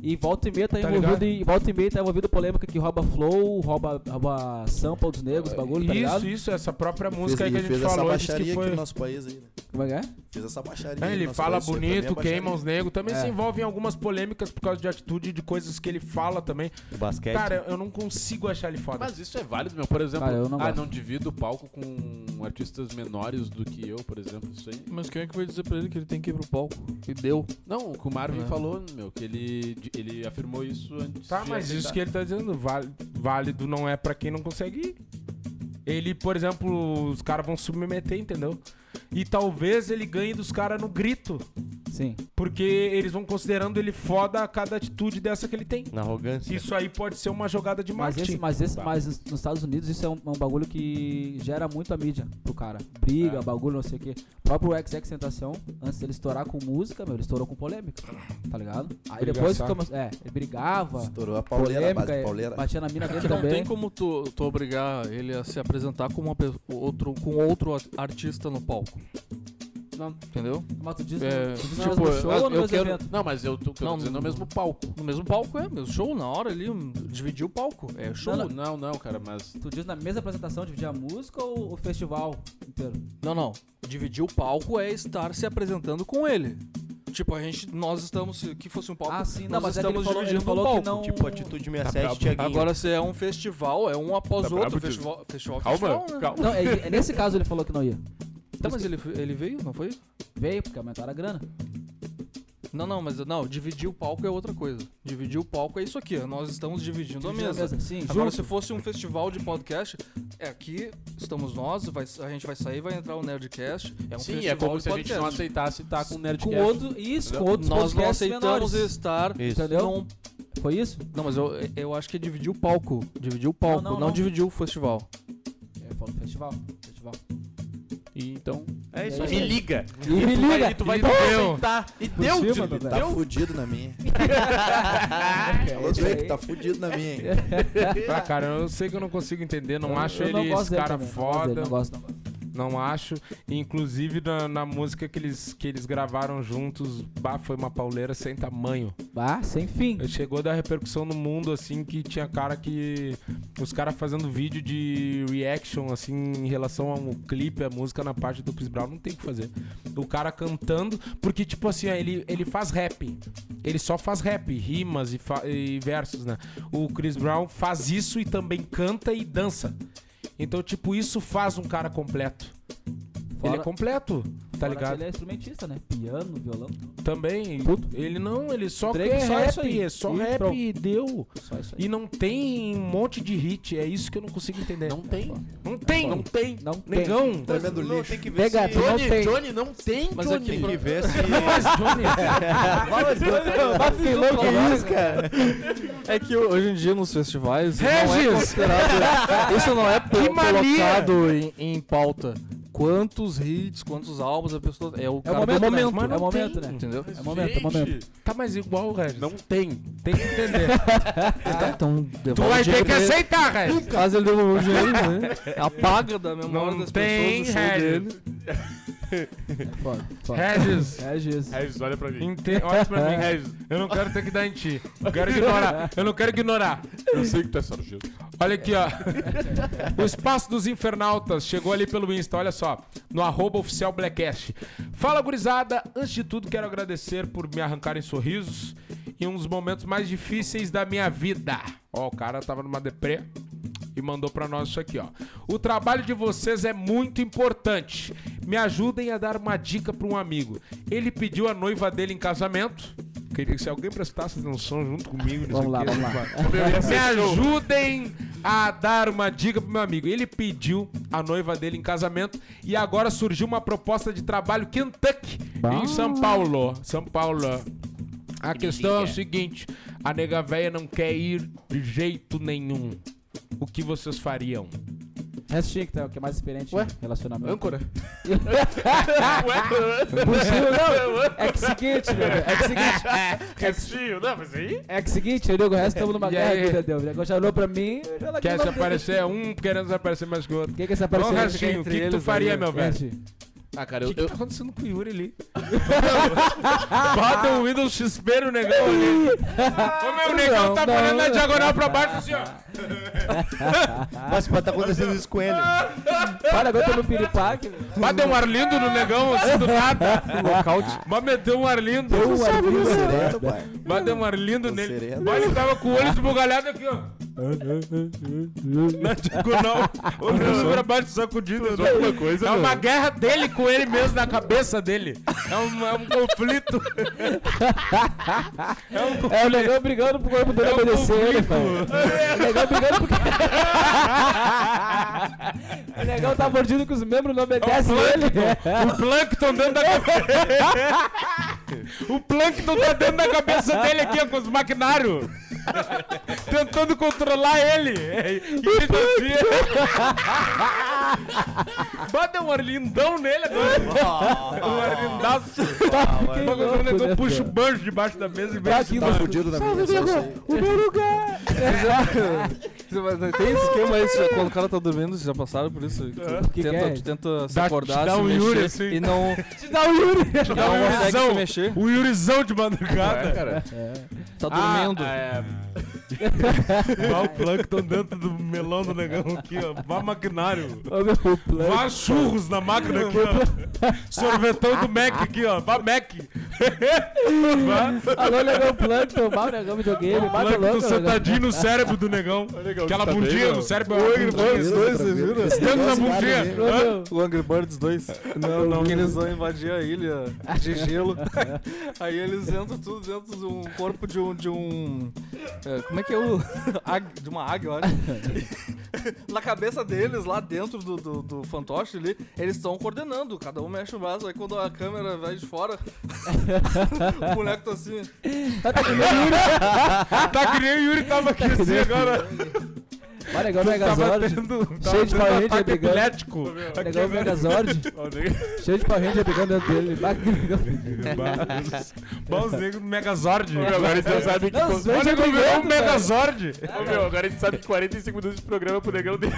S4: E volta e meia tá,
S3: Tá
S4: envolvido
S3: ligado?
S4: em, volta e meia tá envolvido polêmica que rouba flow, rouba, rouba sample dos negros, bagulho, tá
S3: isso,
S4: ligado?
S3: isso, essa própria
S7: Fez,
S3: música aí que a gente
S7: fez essa
S3: falou diz
S7: baixaria
S3: que
S7: aqui
S3: foi.
S7: no nosso país aí, né?
S4: Como é que é?
S7: Fez essa baixaria.
S3: É,
S7: aí
S3: ele
S7: no nosso
S3: fala
S7: país, isso aí pra mim é
S3: bonito,
S7: baixaria.
S3: queima os negros. Também
S4: É.
S3: se envolve em algumas polêmicas por causa de atitude, de coisas que ele fala também.
S10: O
S4: É
S10: basquete.
S3: Cara, eu- eu não consigo achar ele foda.
S5: Mas isso é válido, meu. Por exemplo,
S4: Cara, eu não
S5: ah,
S4: gosto.
S5: não divido o palco com artistas menores do que eu, por exemplo. Isso aí.
S8: Mas quem é que vai dizer pra ele que ele tem que ir pro palco? E deu.
S5: Não, o que o Marvin
S8: É.
S5: falou, meu, que ele, ele afirmou isso antes.
S3: tá,
S5: de
S3: mas isso
S5: aceitar.
S3: que ele tá dizendo, vale- válido não é pra quem não consegue ir. Ele, por exemplo, os caras vão submeter, entendeu? E talvez ele ganhe dos caras no grito.
S4: Sim.
S3: Porque eles vão considerando ele foda a cada atitude dessa que ele tem.
S6: Na arrogância.
S3: Isso aí pode ser uma jogada de
S4: Mas, esse,
S3: marketing.
S4: mas, esse, mas os- nos Estados Unidos isso é um, é um bagulho que gera muito a mídia pro cara. Briga,
S8: É.
S4: bagulho, não sei o quê. O próprio XX Tentação, antes dele estourar com música, meu, ele estourou com polêmica. Tá ligado? Aí depois que
S3: Brigaçar.
S4: começou. É, ele brigava.
S7: Estourou a pauleira,
S4: Polêmica,
S7: base
S4: é,
S7: pauleira.
S4: batia na mina dele
S8: Não
S4: também.
S8: tem como tu, tu obrigar ele a se apresentar Tá com, uma, pe- outro, com outro ar- artista no palco.
S4: Não.
S8: Entendeu?
S4: Mas tu diz,
S8: É,
S4: tu diz
S8: tipo,
S4: no mesmo show ou né?
S8: eu-
S4: no
S8: eu
S4: mesmo
S8: quero-
S4: evento?
S5: Não, mas eu tô, que eu tô
S8: Não,
S5: dizendo é o
S8: não-
S5: mesmo palco.
S8: No mesmo palco é, meu show na hora ali, hum, dividir o palco. É show.
S4: Não,
S5: Não, não, não, cara, mas.
S4: Tu diz na mesma apresentação dividir a música ou o festival inteiro?
S8: Não, não. Dividir o palco é estar se apresentando com ele. Tipo, a gente, nós estamos, se que fosse um palco,
S4: Ah, sim, não,
S8: nós
S4: mas é que ele
S8: estamos
S4: falou- ele
S8: dividindo
S4: falou
S8: o palco.
S4: que não-
S6: Tipo, atitude
S4: Tá
S6: 67,
S5: brabo.
S6: Thiaguinho.
S8: Agora, se é um festival, é um após
S5: Tá
S8: outro.
S5: brabo, tio?
S8: Festival, festival,
S5: Calma,
S8: festival, né?
S5: calma.
S4: Não, é, é nesse caso ele falou que não ia.
S8: Tá, mas ele, ele veio, não foi?
S4: Veio, porque aumentaram a grana.
S8: Não, não, mas não, dividir o palco é outra coisa. Dividir o palco é isso aqui, ó, nós estamos dividindo a
S4: Dividiu
S8: mesa.
S4: Sim,
S8: Agora,
S4: junto.
S8: se fosse um festival de podcast, é aqui estamos nós, vai- a gente vai sair, vai entrar o Nerdcast. É um
S5: Sim,
S8: festival
S5: é como
S8: de
S5: se a gente
S8: podcast.
S5: não aceitasse estar com o
S4: Com
S5: Nerdcast.
S4: outro, isso, com outros
S8: Nós não
S4: podcasts
S8: aceitamos
S4: menores.
S8: estar.
S6: Isso.
S4: Entendeu?
S8: Não,
S4: Foi isso?
S8: não, mas eu, eu acho que é dividir o palco. Dividir o palco,
S4: Não,
S8: não,
S4: não, não.
S8: dividir o festival.
S4: É, falou festival. Festival.
S5: E então.
S6: É isso
S4: E
S6: aí.
S4: aí?
S10: Me liga.
S4: E me liga!
S5: tu vai
S4: e vai
S10: Tá.
S6: E deu,
S4: Por
S6: Júlio.
S4: cima, tá,
S7: Tá fudido na minha.
S4: Ah, é,
S7: Alô, Drake, tá fudido na minha, [laughs] hein?
S3: Ah, cara, eu sei que eu não consigo entender, não acho ele esse cara foda.
S4: Não gosto, dele, não gosto.
S3: Não acho. Inclusive na, na música que eles, que eles gravaram juntos, bah, foi uma pauleira sem tamanho.
S4: Ah, sem fim.
S3: Chegou a dar repercussão no mundo, assim, que tinha cara que. Os caras fazendo vídeo de reaction, assim, em relação ao clipe, a música na parte do Chris Brown, não tem o que fazer. O cara cantando, porque, tipo assim, ó, ele, ele faz rap. Ele só faz rap, rimas e, fa- e versos, né? O Chris Brown faz isso e também canta e dança. Então, tipo, isso faz um cara completo.
S4: Fora-
S3: Ele é completo, tá
S4: Fora que
S3: ligado?
S4: Ele é instrumentista, né? Piano, violão,
S3: Também. Ele não, ele só
S4: Drake
S3: quer
S4: só é
S3: rap,
S4: isso aí.
S3: é só
S4: E
S3: rap
S4: pronto.
S3: e deu.
S4: só isso aí.
S3: E não tem um monte de hit, é isso que eu não consigo entender. Não tem. Não tem.
S4: Não
S3: tem.
S4: Não tem.
S3: Negão.
S7: Tremendo
S6: Não,
S7: lixo.
S6: tem que ver
S4: Pega,
S6: se...
S4: tu não tem.
S2: Johnny não tem,
S8: Mas
S2: Johnny.
S8: é
S6: Tem
S8: que-
S6: que ver se...
S3: Mas, Johnny,
S6: Tá
S4: Vacilou que isso, cara.
S8: É que hoje em dia nos festivais não é
S3: Regis!
S8: considerado- isso não é
S3: Que
S8: po-
S3: mania!
S8: colocado em, em pauta. Quantos hits, quantos álbuns a pessoa é o
S4: É o
S8: cara
S4: momento,
S8: do momento,
S4: né? É o momento, né?
S8: entendeu?
S4: É o momento, é o momento.
S3: tá mais igual, Regis.
S5: Não tem.
S3: Tem que entender.
S4: Tá.
S8: Então
S3: tu vai ter que
S8: aceitar.
S3: aceitar, Regis. é
S8: Caso ele devolva o dinheiro, né? Apaga da memória
S3: Não
S8: das
S3: tem,
S8: pessoas o show [laughs]
S3: Regis.
S8: dele.
S4: Foda, foda.
S3: Regis.
S4: É Jesus.
S5: Regis, olha pra mim.
S3: Ente... Olha pra mim,
S5: [laughs]
S3: Regis. Eu não quero ter que dar em ti. Eu quero ignorar. Eu não quero ignorar.
S5: Eu sei que tu é sargento.
S3: Olha aqui, ó. O Espaço dos Infernautas chegou ali pelo Insta, olha só. No arroba oficial Blackcast. Fala, gurizada. Antes de tudo, quero agradecer por me arrancarem sorrisos em um dos momentos mais difíceis da minha vida. Ó, o cara tava numa deprê e mandou pra nós isso aqui, ó. O trabalho de vocês é muito importante. Me ajudem a dar uma dica pra um amigo. Ele pediu a noiva dele em casamento. Queria que se alguém prestasse atenção junto comigo nisso
S4: Vamos lá,
S3: aqui,
S4: vamos lá.
S3: me ajudem a dar uma dica pro meu amigo. Ele pediu a noiva dele em casamento e agora surgiu uma proposta de trabalho Kentucky em São Paulo. São Paulo. A questão é o seguinte: a nega véia não quer ir de jeito nenhum. O que vocês fariam?
S4: Restinho que tá, que é mais experiente em relacionamento. [laughs]
S5: Âncora.
S4: Possível, não. É que seguinte, meu. É que
S3: [laughs]
S4: seguinte.
S5: Restinho, não, mas aí.
S4: É que seguinte, eu digo, o resto estamos numa
S3: E
S4: guerra,
S3: aí?
S4: meu Deus. O negócio já olhou pra mim, eu já
S3: Quer se aparecer? É Um querendo se aparecer mais que o outro.
S4: Quem que se
S3: Bom,
S4: apareceu?
S3: Rastinho, o que, que tu faria, meu
S4: [laughs]
S3: um velho?
S4: Restinho.
S5: Ah, cara,
S3: O
S5: eu.
S3: que, que
S5: eu-
S3: tá acontecendo com o Yuri ali? Bota o Windows XP no negão ali. Ô meu, o negão tá
S4: não,
S3: olhando na
S4: não.
S3: diagonal pra baixo assim, ó.
S7: Mas pode estar acontecendo isso com ele.
S4: Olha, agora eu tô no piripaque. velho.
S3: [laughs] Mas deu um ar lindo no negão, assim, do nada. Mas meteu um ar lindo.
S7: Tô
S4: né?
S7: sereno, pai.
S3: Mas deu um ar lindo nele.
S7: sereno.
S3: Mas ele tava com o olho esbugalhado aqui, ó. Na diagonal. O Deus pra baixo sacudindo. né?
S5: Alguma coisa,
S3: É uma
S5: meu.
S3: guerra dele com ele mesmo, na cabeça dele. É um, é um conflito. É um
S4: É o negão brigando pro corpo dele
S3: É um
S4: obedecer ele,
S3: conflito.
S4: velho. O negão brigando porque. [laughs] O negão tá mordido que os membros não
S3: É um
S4: obedecem ele. [laughs]
S3: O Plankton dentro da cabeça. o Plankton tá dentro da cabeça dele aqui, ó, com os maquinários. Tentando controlar ele. E ele tá assim. Bota um arlindão nele agora. um arlindaço.
S4: Fiquei
S3: Quando o
S4: louco, né,
S3: negão puxa
S4: cara?
S3: o banjo debaixo da mesa e
S4: Tá
S3: vai.
S4: aqui
S7: Tá
S4: no
S7: fudido na minha sensação.
S4: O meu lugar!
S8: Tem esse esquema aí, você- quando o cara tá dormindo, vocês já passaram por isso? Tu,
S4: Que
S8: tenta,
S4: que é?
S8: tu tenta se
S3: Dá- te
S8: acordar,
S3: dá
S8: se
S3: um
S8: mexer
S3: Yuri, assim.
S8: e não,
S4: Te dá o Yuri!
S8: não
S3: Dá um
S8: consegue se
S3: Yurizão.
S8: mexer.
S3: O Yurizão de
S5: [laughs] É,
S3: madrugada.
S5: cara. Ah, é.
S8: Tá dormindo.
S3: Vai o Plankton dentro do melão do negão aqui, ó. Vá maquinário.
S4: Ô meu plano.
S3: Vá churros na máquina aqui, ó. Sorvetão do Mac aqui, ó. Vá Mac. Vá.
S4: Alô, negão Plankton, mal negão videogame, bata
S3: Moleque, tô
S4: louco. né?
S1: tá
S3: sentadinho no cérebro do negão. Aquela
S5: tá
S3: bundinha
S5: bem,
S3: no
S5: ó.
S3: cérebro. Oi,
S7: Tranquilo, tranquilo. Esse
S3: Dentro da
S7: negócio vai
S3: bundinha.
S7: ali.
S3: Hã?
S8: O Angry Birds 2. Não, não. Que eles vão invadir a ilha de gelo. [laughs] Aí eles entram tudo dentro de um corpo de um. De um é, como é que é o. [laughs] águ- de uma águia, eu acho. [laughs] Na cabeça deles, lá dentro do, do, do fantoche ali, eles estão coordenando. Cada um mexe o braço. Aí quando a câmera vai de fora, [laughs] o moleque tá assim.
S3: Tá que nem o Yuri
S4: [laughs]
S3: tava aqui assim agora.
S4: Mal negão
S3: Tava
S4: Megazord,
S3: tendo, tava
S4: cheio de
S3: tendo um
S4: parede,
S3: ataque
S4: brigando.
S3: epilético. é
S4: negão Megazord, cheio de Power Ranger pegando dentro dele. Bah, que negão fedido.
S3: Balzinho do Megazord.
S5: Agora a gente já sabe que.
S4: Não, os dois
S3: Olha como é
S4: brigando,
S3: um
S4: velho.
S3: Megazord.
S5: É. Ô, meu, agora a gente sabe que 45 minutos de programa pro negão dele.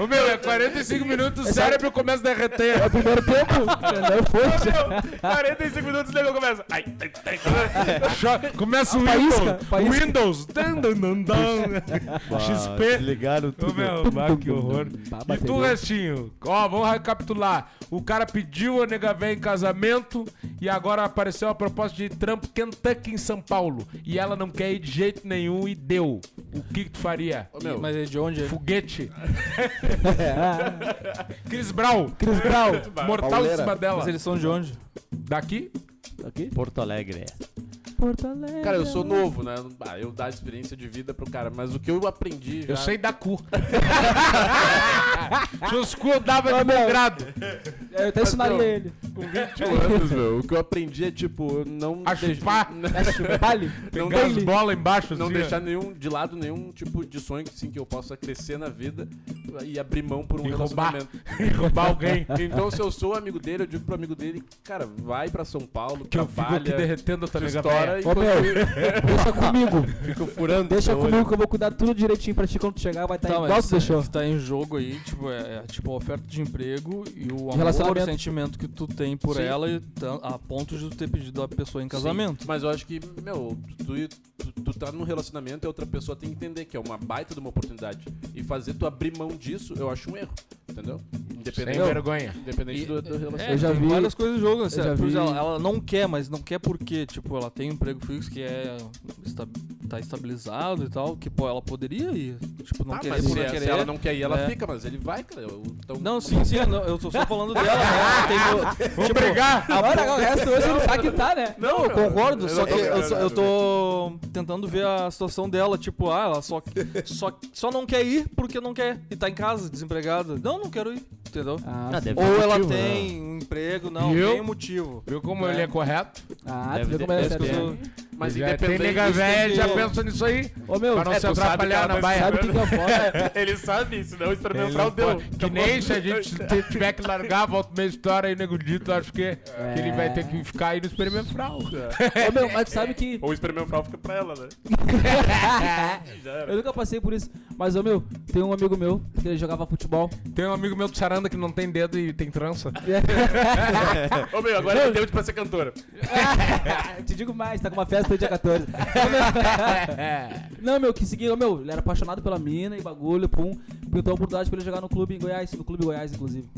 S3: Ô, meu, é 45 minutos, o cérebro começa a derreter.
S4: É o primeiro tempo, não foi. já.
S5: 45 minutos o negão começa. Ai, ai, ai.
S3: Cho- Começa o
S4: Faísca,
S3: Windows.
S4: faísca. [laughs]
S3: Windows. Dan, dan, dan, dan.
S1: XP.
S7: Ligaram
S1: Ô,
S7: tudo.
S1: meu, bah, que horror. E tu, Restinho? Ó, vamos recapitular. O cara pediu a nega véia em casamento e agora apareceu a proposta de trampo Kentucky em São Paulo. E ela não quer ir de jeito nenhum e deu. O que, que tu faria?
S5: Ô, meu,
S8: Mas é de onde?
S1: Foguete. Chris Brown.
S4: Chris Brown.
S1: Mortal em
S7: Pauleira.
S1: cima dela.
S8: Mas eles são de onde?
S1: Daqui?
S4: Aqui?
S7: Porto Alegre.
S4: Porto Alegre.
S5: Cara, eu sou novo, né? Ah, eu dar experiência de vida pro cara, mas o que eu aprendi já...
S1: Eu sei da cu. Seus cu eu dava de bom grado.
S4: Eu até ensinaria ele.
S5: com 21 anos, meu. O que eu aprendi é, tipo, eu não...
S1: assim. A
S5: deix-
S1: chupar.
S4: Vale.
S5: Não,
S1: Pegar as
S5: deix-
S1: bolas embaixo
S5: não
S1: assim, ó.
S5: deixar nenhum, de lado nenhum tipo de sonho que, sim, que eu possa crescer na vida e abrir mão por um
S1: E roubar.
S5: relacionamento.
S1: e [laughs] roubar alguém.
S5: Então, se eu sou amigo dele, eu digo pro amigo dele, cara, vai pra São Paulo,
S1: Que eu fico aqui
S5: trabalha,
S1: derretendo a tua
S5: se
S1: nega véia.
S5: estoura e...
S4: Ô, meu, deixa comigo.
S7: Ficou furando.
S4: Deixa
S7: teu olho.
S4: comigo que eu vou cuidar tudo direitinho pra ti quando tu chegar, vai estar
S8: Tá,
S4: igual
S8: mas
S4: tu deixou. [laughs]
S8: se tá em jogo aí, tipo, é, é tipo a oferta de emprego e o amor, o
S4: relacionamento.
S8: sentimento que tu tem por
S5: Sim.
S8: ela e tá- a ponto de tu ter pedido a pessoa em casamento.
S5: Sim, mas eu acho que, meu, tu, tu, tu tá num relacionamento e a outra pessoa tem que entender que é uma baita de uma oportunidade. E fazer tu abrir mão disso, eu acho um erro. Entendeu? Independente,
S1: Sem vergonha.
S5: independente do, do
S8: É,
S5: relacionamento.
S4: então, Eu já
S8: tem
S4: vi-
S8: várias coisas no jogo, né?
S4: já
S8: Por
S4: vi-
S8: exemplo, Ela, ela não quer, mas não quer porque, tipo, ela tem um emprego fixo que é esta- tá estabilizado e tal, que pô, ela poderia ir, tipo, não
S1: ah,
S5: Tá,
S8: querer
S5: mas
S8: por
S5: se,
S8: não
S5: se
S8: querer.
S5: ela não quer ir, ela
S8: É.
S1: né?
S5: fica, mas ele vai, cara. Eu, então,
S8: Não, sim, sim, eu não- eu tô
S5: [laughs]
S8: só falando dela, né? Ela tem do- tipo,
S4: Agora, o resto hoje não tá que tá, né?
S8: Não, eu concordo, só que
S7: tô
S8: eu, só-
S7: ligado,
S8: eu tô tentando ver a situação dela, tipo, ah, ela só, só, só não quer ir porque não quer e tá em casa, desempregada. Não, não quero ir, entendeu?
S4: Ah,
S7: Ah, deve
S8: Ou
S7: ter
S8: ela
S7: motivo, né?
S8: tem um emprego, não,
S1: E eu?
S8: tem motivo.
S1: Viu como ele é correto?
S4: ah tu
S7: Deve
S4: vê
S7: ter-
S4: como é
S7: deve
S4: essa
S7: ter-
S4: pessoa.
S5: mas
S1: já tem
S5: independente
S1: nega
S5: disso,
S1: velha,
S5: tem
S1: já
S5: que-
S1: pensa nisso aí.
S4: Ô, meu,
S1: pra não
S5: é,
S1: se
S5: tu sabe que
S1: atrapalhar
S5: ela
S1: na
S5: tá
S1: baia.
S4: sabe o que que [laughs] é foda?
S5: Ele sabe, senão
S1: Ele
S5: experimentar
S1: não
S5: o deu.
S1: pode. Que nem se a gente t- tiver que largar, volta meia história aí, nego dito, acho que, que
S4: É.
S1: ele vai ter que ficar aí no experimento fral.
S4: Ô, meu, mas tu sabe que
S5: Ou experimentar fica pra ela, né?
S4: [laughs] Eu nunca passei por isso. Mas, ô meu, tem um amigo meu que ele jogava [laughs] futebol.
S1: Tem um amigo meu do Saranda que não tem dedo e tem trança.
S5: Ô, meu, agora ele deu de pra ser cantora.
S4: [laughs] Te digo mais, tá com uma festa aí dia 14. [laughs] Não, meu, que seguiu, meu, ele era apaixonado pela mina e bagulho, pum. Pintou a oportunidade pra ele jogar no clube em Goiás, no clube Goiás, inclusive.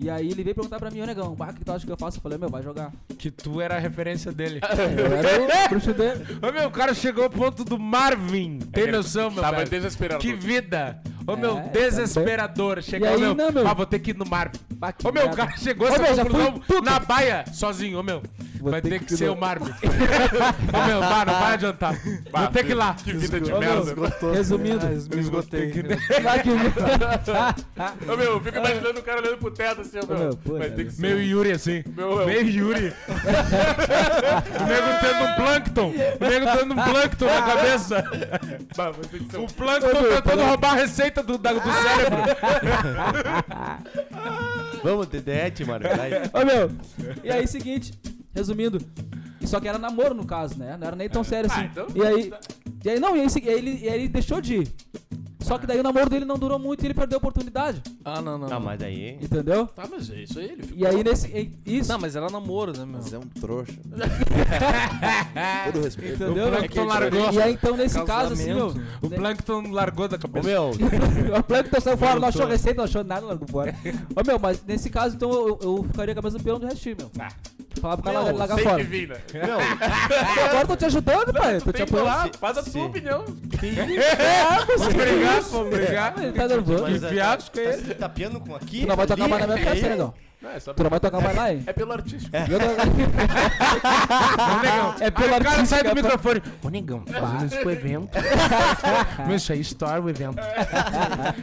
S4: E aí ele veio perguntar pra mim, ô negão, bah, o que tu acha que eu faço? Eu falei, meu, vai
S1: [laughs]
S4: jogar.
S1: Que tu era a referência dele.
S4: Eu era o bruxo dele.
S1: Ô meu, o cara chegou ao ponto do Marvin. Tem noção, meu
S5: Tava
S1: velho?
S5: desesperado.
S1: Que vida! Ô meu,
S4: É,
S1: desesperador. Chegou,
S4: E aí,
S1: meu,
S4: não, meu.
S1: Ah, vou ter que ir no Marvin.
S4: Bah, que
S1: Ô meu, o
S4: merda.
S1: cara chegou a
S4: Ô, meu,
S1: essa
S4: já
S1: conclusão
S4: fui tudo.
S1: na baia, sozinho, ô meu.
S4: Vou
S1: vai
S4: ter
S1: ter que,
S4: que ir
S1: ser
S4: no-
S1: o Marvin. Ô meu, bah, não vai adiantar. Vou ter que ir lá.
S5: Que vida de
S4: Ô, meu,
S5: merda.
S4: Resumindo.
S8: Me esgotei.
S4: Vai que-
S5: Ô, meu, eu fico imaginando o cara olhando pro teto assim, ó,
S4: Ô,
S5: meu.
S4: meu, pô,
S5: Vai
S4: né,
S5: ter que ser.
S1: Ah. Meu Yuri assim.
S5: Meu, é um eu-
S1: Meu Yuri. o nego tendo um plâncton. O nego tendo um plâncton na cabeça.
S5: Bah, vai ter que ser um-
S1: O plâncton tentando roubar a receita do, da- do cérebro.
S7: Vamos, Dedete, mano. Vai.
S4: Ô
S5: [laughs]
S4: meu, e aí seguinte, resumindo, só que era namoro no caso, né? Não era nem tão sério assim.
S5: então-
S4: E aí, e aí não, e aí, se- e aí ele, e aí ele deixou de ir. Só que daí o namoro dele não durou muito e ele perdeu a oportunidade,
S8: Ah, não, não.
S7: Ah, mas aí.
S4: entendeu?
S5: Tá, mas é isso aí, ele fica.
S4: E aí nesse e- isso,
S8: Não, mas era namoro, né, meu?
S7: Mas é um trouxa. Todo respeito.
S4: entendeu?
S5: É
S1: O Plankton largou.
S4: E aí então nesse caso assim, meu,
S1: O Plankton largou da
S7: Ô,
S1: cabeça.
S7: meu,
S4: [laughs] o Plankton saiu fora, não achou receita, não achou nada, largou fora. Ô meu, mas nesse caso então eu, eu ficaria com a mesma pelo do restinho, meu. Falava pra ela largar
S5: Tem Tá. que
S4: fora.
S5: vir, né?
S7: meu,
S4: Agora eu tô te ajudando, pai, tô te
S5: Tem que falar,
S4: apoiando. É,
S5: faz a tua opinião.
S1: Obrigado, obrigado.
S4: Ele tá nervoso.
S1: Que fiasco é esse?
S6: Tá, tá piando com aqui?
S4: Tu não vai tocar mais na minha
S6: ali?
S4: festa, negão.
S5: Não, é, só...
S4: Tu não vai tocar mais lá, hein?
S5: é pelo artístico.
S4: Eu não-
S1: É pelo Aí o cara sai do microfone.
S3: Ô, negão, fazendo isso pro evento. [laughs]
S1: Meu, isso aí estoura o evento.
S3: É.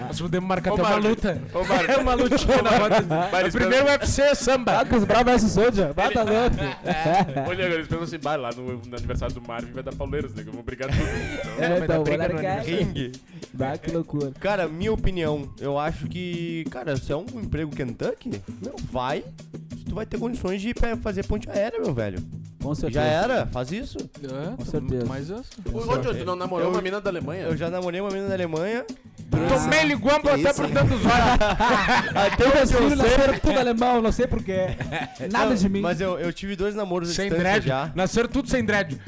S1: Nós podemos marcar até uma
S5: Marvin.
S1: luta.
S5: Ô, Mário,
S1: É uma lutinha na
S5: Vai,
S1: roda. O
S5: eles
S1: primeiro UFC é samba.
S4: Ah, que os bravos versus Soldier. Bata louco. é-
S5: olha, agora eles pensam assim, bah, lá no, no aniversário do Marvin vai dar pauleiros, né? que Eu vou brigar tudo. Então,
S4: É, então, vou largar.
S7: ringue.
S4: Bah, que loucura.
S6: Cara, minha opinião, eu acho que, cara, se é um emprego Kentucky, meu, vai. Se tu vai ter condições de ir pra fazer ponte aérea, meu velho.
S4: Com certeza.
S6: Já era? Faz isso?
S8: É,
S4: Com certeza.
S8: Mas eu...
S5: [laughs] Ô, ô, John, tu não namorou
S6: Eu-
S5: uma mina da Alemanha?
S6: Eu já namorei uma menina da Alemanha.
S3: Tomei liguambo até por dentro dos olhos.
S4: Até meus filhos nasceram tudo alemão, não sei porquê.
S6: [laughs]
S4: Nada de mim.
S6: Mas eu, eu tive dois namoros à
S3: Sem
S6: distância
S3: dread.
S6: já.
S3: Nasceram tudo sem dread.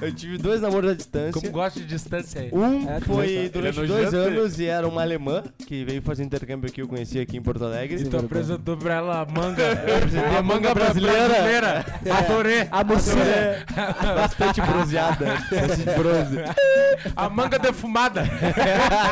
S6: Eu tive dois namoros à distância.
S3: Como gosta de distância aí.
S6: Um
S4: É, tu já
S6: foi
S4: sabe.
S6: durante
S5: Ele é
S6: dois
S5: nojento,
S6: anos e era uma alemã que veio fazer intercâmbio aqui, eu conheci aqui em Porto Alegre.
S5: [laughs]
S3: E tu apresentou pra ela a manga.
S6: apresentei
S3: a manga brasileira.
S6: [laughs]
S3: Adorei.
S4: A mocinha.
S6: É. Bastante [laughs] bronzeada. bastante bronze.
S3: A manga defumada.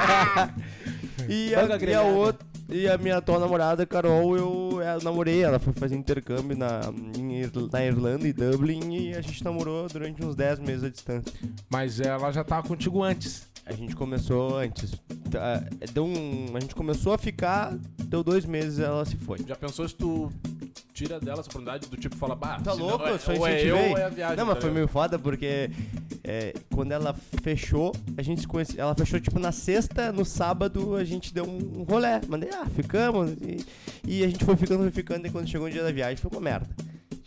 S6: [laughs] E
S4: Manga
S6: a, e a
S4: grelhada.
S6: outra. E a minha atual namorada, Carol, eu ela namorei, ela foi fazer intercâmbio na, em Ir- na Irlanda, em Dublin, e a gente namorou durante uns 10 meses à distância.
S3: Mas ela já tava contigo antes.
S6: A gente começou antes. tá, Deu um, a gente começou a ficar, deu dois meses ela se foi.
S5: Já pensou se tu tira dela essa oportunidade do tipo fala, bah,
S6: Tá
S5: se não
S6: louco?
S5: é-
S6: eu só
S5: ou é eu
S6: incentivei.
S5: ou é a viagem.
S6: não, mas foi
S5: tá ligado?
S6: meio foda porque é, quando ela fechou, a gente se conheceu. Ela fechou tipo na sexta, no sábado a gente deu um um rolê. Mandei, ah, ficamos. E, e a gente foi ficando, foi ficando. E quando chegou o dia da viagem foi uma merda.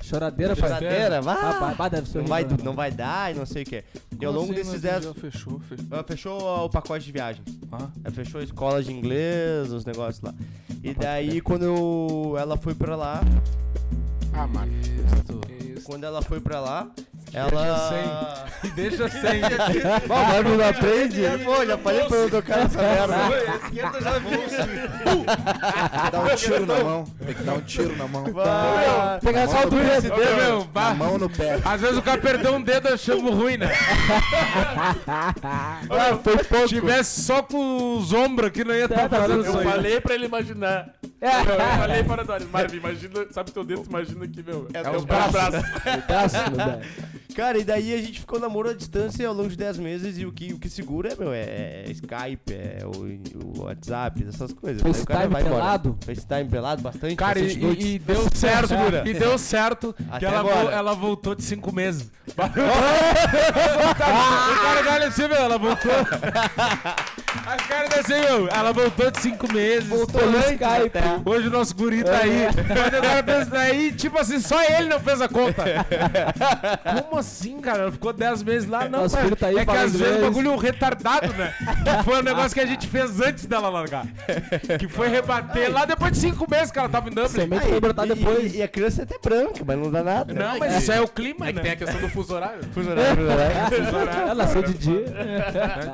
S4: Choradeira, pai.
S6: Choradeira,
S4: Ah, bah,
S6: vá.
S4: bah, deve ser
S6: Não vai,
S4: horrível, né?
S6: não vai dar e não sei o que. E ao
S8: Como
S6: longo
S8: assim,
S6: desses
S8: mas
S6: 10.
S8: Já fechou, fechou.
S6: Ela fechou ó, o pacote de viagem.
S8: Ah.
S6: Ela fechou a escola de inglês, os negócios lá. E daí quando eu- ela foi pra lá,
S3: Ah, mano.
S6: quando ela foi pra lá, ela. [laughs]
S3: Deixa sem.
S6: Bom, mas não aprende? Pô, já falei pra eu tocar nessa merda.
S1: Dá um tiro na mão. Tem que dar um tiro na mão.
S6: Vai.
S4: Pegar
S1: Mão
S4: só o
S1: no
S4: Twitter.
S1: pé.
S3: Ô, meu,
S1: Na
S3: bah.
S1: mão no pé.
S3: Às vezes o cara perdeu um dedo, eu chamo ruim, né? Se tivesse só com os ombros aqui, não ia estar
S4: tá tudo
S3: fazendo isso
S5: [laughs] Eu
S3: aí.
S5: falei pra ele imaginar.
S4: É.
S5: Eu,
S4: [laughs]
S5: eu falei para o Dóris, Marvin, imagina, sabe teu dedo, tu imagina que, meu, é, teu
S3: os
S5: braço.
S6: Cara, e daí a gente ficou namoro à distância ao longo de 10 meses e o que, o que segura, meu, é Skype, é o, o WhatsApp, essas coisas. Daí o cara
S4: FaceTime
S6: vai embora.
S4: pelado?
S6: FaceTime pelado bastante.
S3: Cara, e,
S6: bastante noites.
S3: e- e deu certo,
S6: Segura.
S3: e deu certo que
S6: Até
S3: ela, vo-
S6: agora.
S3: ela voltou de cinco meses. o cara olha assim, meu, ela voltou. A cara desse, meu, ela voltou de cinco meses.
S4: Pelo Skype.
S3: Hoje o nosso guri tá aí. Mas o cara pensa aí, tipo assim, só ele não fez a [laughs] conta. Como assim, cara? Ela ficou 10 meses lá, não,
S4: Nosso
S3: cara.
S4: filho tá aí
S3: É que
S4: falando
S3: às vezes o
S4: inglês.
S3: bagulho é um retardado, né? Que foi um negócio que a gente fez antes dela largar. Que foi rebater lá depois de 5 meses que ela tava em Dublin.
S4: Semente foi brotar
S6: E-
S4: depois.
S6: E, e a criança é até branca, mas não dá nada.
S3: Não, mas isso aí é o clima,
S5: É que
S3: né?
S5: tem a questão do fuso horário.
S4: Ela nasceu de
S3: É.
S4: dia.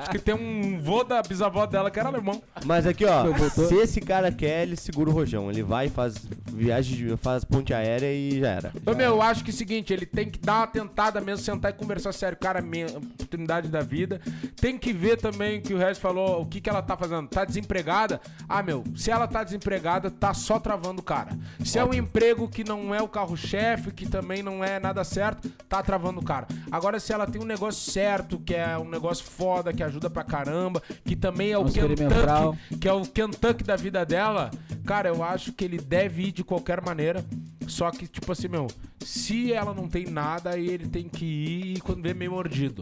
S3: Acho que tem um vô da bisavó dela que era é alemão.
S6: Mas aqui, ó,
S4: Meu, voltou.
S6: se esse cara quer, ele segura o rojão. Ele vai, faz viagem, de- faz ponte aérea e já era.
S3: Ô, meu, eu acho que é o seguinte, ele tem que dar uma tentada mesmo, sentar e conversar sério, cara, é minha oportunidade da vida. Tem que ver também o que o Regis falou, o que, que ela tá fazendo. Tá desempregada? Ah, meu, se ela tá desempregada, tá só travando o cara. Se é um emprego que não é o carro-chefe, que também não é nada certo, tá travando o cara. Agora, se ela tem um negócio certo, que é um negócio foda, que ajuda pra caramba, que também é o
S4: Um experimental.
S3: Kentucky, que é o Kentucky da vida dela, cara, eu acho que ele deve ir de qualquer maneira. Só que, tipo assim, meu, se ela não tem nada, aí ele tem que ir quando vê meio mordido.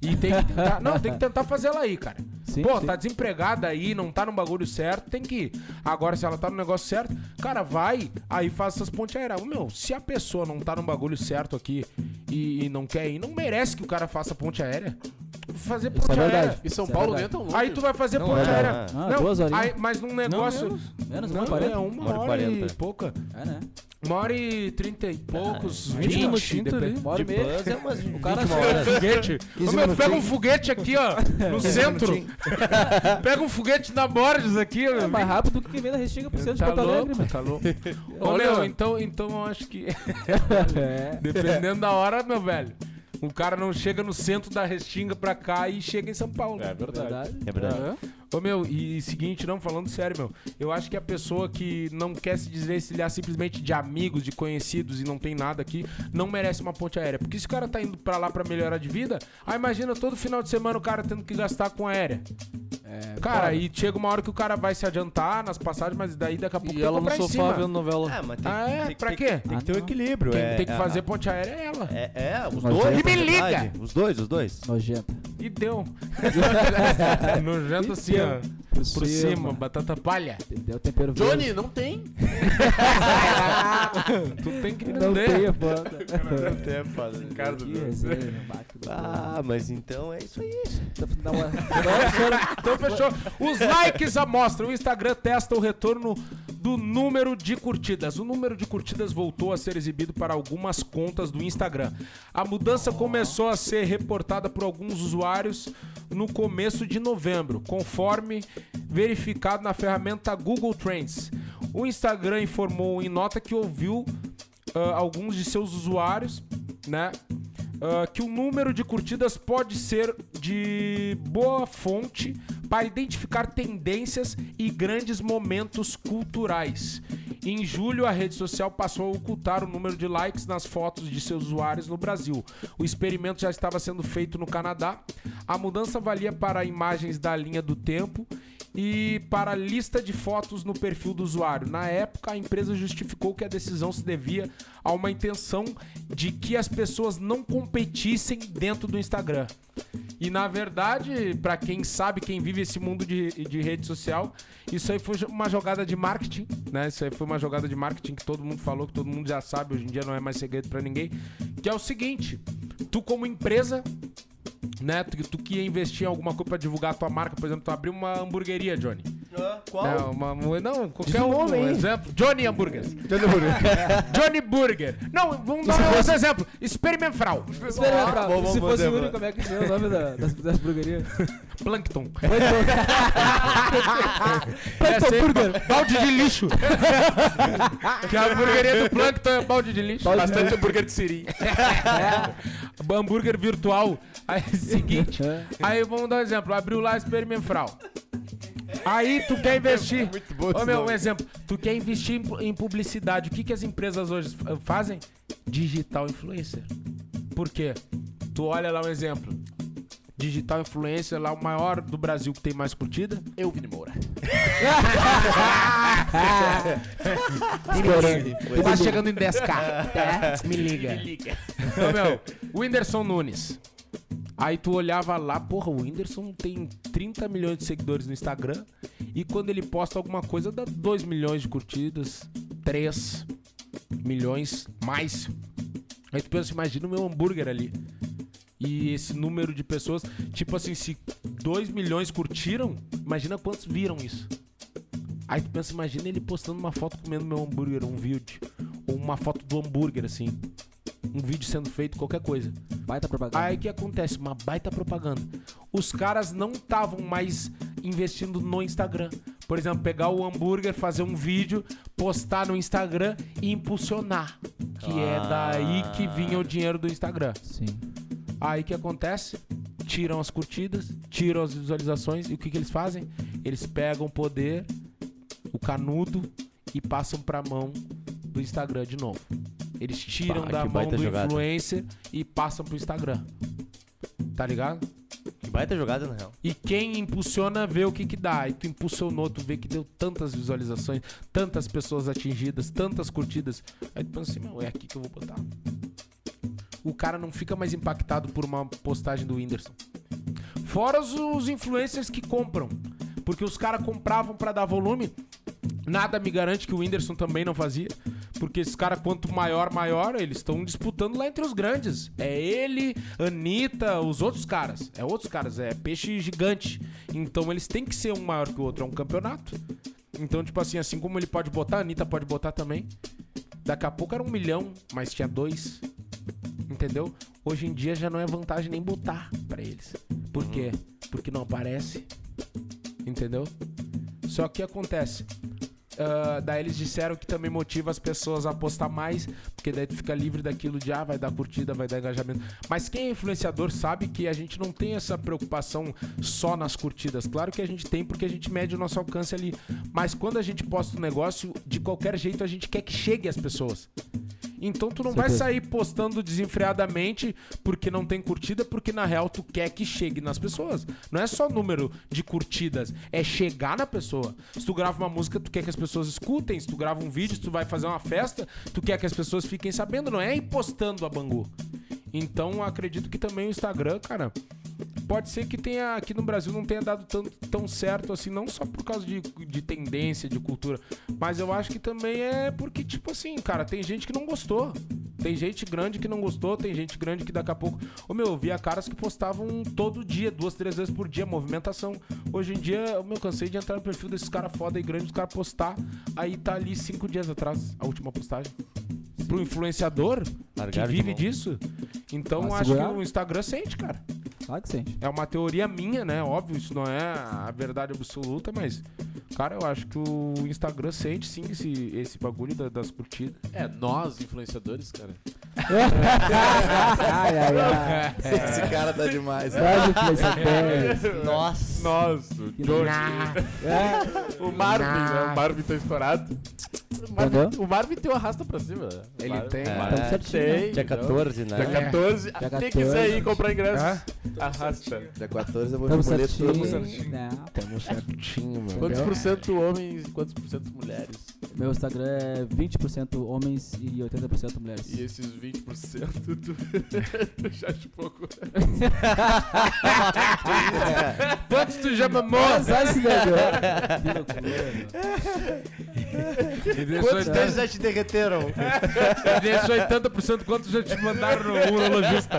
S3: E tem que
S4: [laughs]
S3: tentar. Não, tem que tentar fazer ela aí, cara.
S4: Sim,
S3: Pô,
S4: sim.
S3: tá desempregada aí, não tá no bagulho certo, tem que ir. Agora, se ela tá no negócio certo, cara, vai, aí faz essas pontes aéreas. Ô, Meu, se a pessoa não tá no bagulho certo aqui e, e não quer ir, não merece que o cara faça ponte aérea. Fazer ponte
S4: Isso é
S3: aérea.
S4: verdade.
S5: E São
S4: Isso é
S5: Paulo nem é
S4: verdade.
S5: tão longe.
S3: Aí tu vai fazer ponte
S6: é,
S3: aérea.
S4: não é. Ah, duas horinhas.
S3: aí- mas num negócio.
S4: Menos
S3: Não,
S4: uma
S3: é
S4: parede.
S3: uma
S6: Uma hora
S3: hora,
S6: e
S3: e
S6: quarenta.
S3: pouca.
S4: É, né?
S3: Uma hora e trinta e poucos,
S4: Ah, Tá,
S3: vinte
S4: vinte
S3: minutinhos
S8: minutinhos
S3: depende.
S8: ali.
S4: Bora
S6: De
S4: mesmo.
S6: bus é umas
S4: O cara
S6: 21
S4: chega-
S6: horas.
S3: Foguete. Ô, meu, tu pega um
S1: minutinhos.
S3: foguete aqui, ó, no centro. pega um foguete na Borges aqui, ó.
S4: É mais rápido que quem vem da Restinga pro centro de Porto Alegre,
S3: [laughs]
S4: mano. [laughs]
S3: tá louco. Ô,
S5: Olha,
S3: meu, então, então eu acho que,
S4: É.
S3: dependendo da hora, meu velho, o cara não chega no centro da Restinga pra cá e chega em São Paulo.
S5: É verdade.
S4: Verdade.
S6: É verdade.
S3: Ô meu, e seguinte, não, falando sério, meu, eu acho que a pessoa que não quer se desvencilhar simplesmente de amigos, de conhecidos e não tem nada aqui, não merece uma ponte aérea. Porque se o cara tá indo pra lá pra melhorar de vida, aí imagina todo final de semana o cara tendo que gastar com aérea. cara, e chega uma hora que o cara vai se adiantar nas passagens, mas daí daqui a pouco
S8: E
S3: tem que
S8: ela no
S3: comprar em
S8: sofá
S3: cima.
S8: vendo novela.
S6: Ah, mas tem,
S3: Ah, é?
S6: tem-
S3: pra
S6: tem-
S3: quê?
S6: Tem que ter um equilíbrio.
S3: Quem
S6: é,
S3: tem que
S6: é,
S3: fazer ponte aérea é ela.
S6: É, é, os
S4: Nós
S6: dois.
S4: vamos-
S6: na
S3: E me liga!
S6: verdade. Os dois, os dois.
S4: Nojenta.
S3: E deu. Nojento assim, ó.
S4: Por
S3: Por cima, batata palha.
S4: Entendeu? Tempero
S5: Johnny, não tem.
S3: Tu tem que
S4: verde. Não
S3: entender.
S4: tem a
S3: [laughs]
S4: banda.
S6: Até, foda, né?
S3: Ricardo,
S4: Que resenha, meu baque do
S6: Ah, mas então é isso aí.
S4: povo. Dá uma-
S3: Então fechou. Os likes amostram. O Instagram testa o retorno do número de curtidas. O número de curtidas voltou a ser exibido para algumas contas do Instagram. A mudança começou a ser reportada por alguns usuários no começo de novembro, conforme verificado na ferramenta Google Trends. O Instagram informou em nota que ouviu ah, alguns de seus usuários, né? ah, que o número de curtidas pode ser de boa fonte para identificar tendências e grandes momentos culturais. Em julho, a rede social passou a ocultar o número de likes nas fotos de seus usuários no Brasil. O experimento já estava sendo feito no Canadá. A mudança valia para imagens da linha do tempo e para a lista de fotos no perfil do usuário. Na época, a empresa justificou que a decisão se devia a uma intenção de que as pessoas não competissem dentro do Instagram. E na verdade, para quem sabe, quem vive esse mundo de, de rede social, isso aí foi uma jogada de marketing, né? Isso aí foi uma jogada de marketing que todo mundo falou, que todo mundo já sabe, hoje em dia não é mais segredo para ninguém, que é o seguinte: tu como empresa né? Tu, tu que ia investir em alguma coisa pra divulgar a tua marca, por exemplo, tu abriu uma hamburgueria, Johnny. Né, uma- uma- não, qualquer um, um exemplo. Johnny Hambúrguer.
S6: [laughs]
S3: Johnny Burger. Johnny Burger. Não, vamos dar outro exemplo. Experiment Frau.
S4: Espera, pra-
S6: bom, bom,
S4: se
S6: bom,
S4: fosse o
S6: Débora.
S4: único, como é que seria o nome da- das, das
S3: [laughs]
S4: hamburguerias? um
S3: Plankton.
S4: Plankton
S3: Essa aí,
S4: Burger.
S3: Balde de lixo. [laughs] que a hamburgueria do Plankton é balde de lixo.
S4: Balde de
S3: Bastante hambúrguer de [laughs] siri. hambúrguer virtual. Aí, [laughs] seguinte. Aí, vamos dar um exemplo. Abriu lá Experiment Frau. Aí tu quer investir. muito bom Ô, meu, um exemplo. Tu quer investir em pu- em publicidade. O que, que as empresas hoje fa- fazem? Digital influencer. Por quê? Tu olha lá um exemplo. Digital influencer lá, o maior do Brasil que tem mais curtida.
S5: Eu, É Vini Moura.
S3: Tá chegando em [laughs] 10k. Me liga. É. Me liga. Ô, meu, o Whindersson Nunes. Aí tu olhava lá, porra, o Whindersson tem 30 milhões de seguidores no Instagram e quando ele posta alguma coisa dá 2 milhões de curtidas, 3 milhões mais. Aí tu pensa, imagina o meu hambúrguer ali. E esse número de pessoas, tipo assim, se 2 milhões curtiram, imagina quantos viram isso. Aí tu pensa, imagina ele postando uma foto comendo meu hambúrguer, um vídeo. Ou uma foto do hambúrguer, assim. Um vídeo sendo feito, qualquer coisa.
S4: Baita propaganda.
S3: Aí o que acontece? Uma baita propaganda. Os caras não estavam mais investindo no Instagram. Por exemplo, pegar o hambúrguer, fazer um vídeo, postar no Instagram e impulsionar. Que é daí que vinha o dinheiro do Instagram.
S4: Sim.
S3: Aí o que acontece? Tiram as curtidas, tiram as visualizações e o que, que eles fazem? Eles pegam o poder, o canudo e passam pra mão do Instagram de novo. Eles tiram
S6: Bah,
S3: da
S6: que
S3: mão
S6: baita
S3: do
S6: jogada.
S3: influencer e passam pro Instagram. Tá ligado?
S6: Que baita jogada, na real.
S3: E quem impulsiona vê o que que dá. E tu impulsionou, tu vê que deu tantas visualizações, tantas pessoas atingidas, tantas curtidas. Aí tu pensa assim, meu, é aqui que eu vou botar. O cara não fica mais impactado por uma postagem do Whindersson. Fora os, os influencers que compram. Porque os caras compravam pra dar volume. Nada me garante que o Whindersson também não fazia. Porque esses caras, quanto maior, maior, eles estão disputando lá entre os grandes. É ele, Anitta, os outros caras. É outros caras, é peixe gigante. Então eles têm que ser um maior que o outro, é um campeonato. Então, tipo assim, assim como ele pode botar, a Anitta pode botar também. Daqui a pouco era um milhão, mas tinha dois. Entendeu? Hoje em dia já não é vantagem nem botar pra eles. Por quê? Porque não aparece. Entendeu? Só que acontece. ah, daí eles disseram que também motiva as pessoas a postar mais, porque daí tu fica livre daquilo de ah, vai dar curtida, vai dar engajamento. Mas quem é influenciador sabe que a gente não tem essa preocupação só nas curtidas. Claro que a gente tem, porque a gente mede o nosso alcance ali. Mas quando a gente posta um negócio, de qualquer jeito a gente quer que chegue às pessoas. Então tu não vai sair postando desenfreadamente porque não tem curtida, porque na real tu quer que chegue nas pessoas. Não é só número de curtidas, é chegar na pessoa. Se tu grava uma música, tu quer que as pessoas escutem. Se tu grava um vídeo, se tu vai fazer uma festa, tu quer que as pessoas fiquem sabendo. Não é ir postando a Bangu. Então acredito que também o Instagram, cara, pode ser que tenha aqui no Brasil não tenha dado tão, tão certo assim, não só por causa de, de tendência, de cultura, mas eu acho que também é porque, tipo assim, cara, tem gente que não gostou. Tem gente grande que não gostou, tem gente grande que daqui a pouco. Ô meu, eu via caras que postavam todo dia, duas, três vezes por dia, movimentação. Hoje em dia, eu meu, cansei de entrar no perfil desses caras foda e grande, os caras postar, aí tá ali cinco dias atrás, a última postagem. Pro influenciador que
S6: Largaram de
S3: vive
S6: mão.
S3: disso. Então
S4: Mas
S3: acho que
S4: seguraram?
S3: o Instagram sente, cara.
S4: Claro
S3: [laughs]
S4: que sente.
S3: É uma teoria minha, né? Óbvio, isso não é a verdade absoluta, mas, cara, eu acho que o Instagram sente sim esse, esse bagulho da- das curtidas.
S5: É, nós, influenciadores, cara.
S4: ai,
S3: [laughs]
S5: É.
S4: ai, ai.
S3: É.
S7: Esse cara tá demais. né?
S4: Faz o que você
S3: [laughs]
S4: quer.
S6: Nossa.
S5: Nós,
S4: É,
S5: o Marvin, né? O Marvin tá estourado. O Marvin,
S4: Entendeu?
S5: o Marvin tem o arrasta pra cima. né? O
S3: Ele
S5: Marvin-
S3: tem. é.
S5: o Marvin
S4: tá certinho.
S5: tem,
S6: É. Dia
S5: então.
S6: 14, né?
S5: Dia 14.
S4: Dia
S5: Tem que sair
S4: 14.
S5: e comprar ingresso. Arrasta.
S7: Dia 14 eu vou me
S4: Estamos
S7: boletar tudo.
S4: certinho. né? É, Não,
S3: Certinho, mano.
S7: É.
S6: [laughs]
S5: Quantos por cento homens e quantos por cento mulheres?
S4: Meu Instagram é 20% homens e 80% mulheres.
S5: E esses 20% [laughs] tu, tu já te pouco.
S3: Quantos tu já mamou?
S4: Só esse
S3: [laughs]
S4: negócio. Que loucura, meu.
S6: Quantos deles já te derreteram?
S3: Desses 80%, quantos já te mandaram no [laughs] urologista?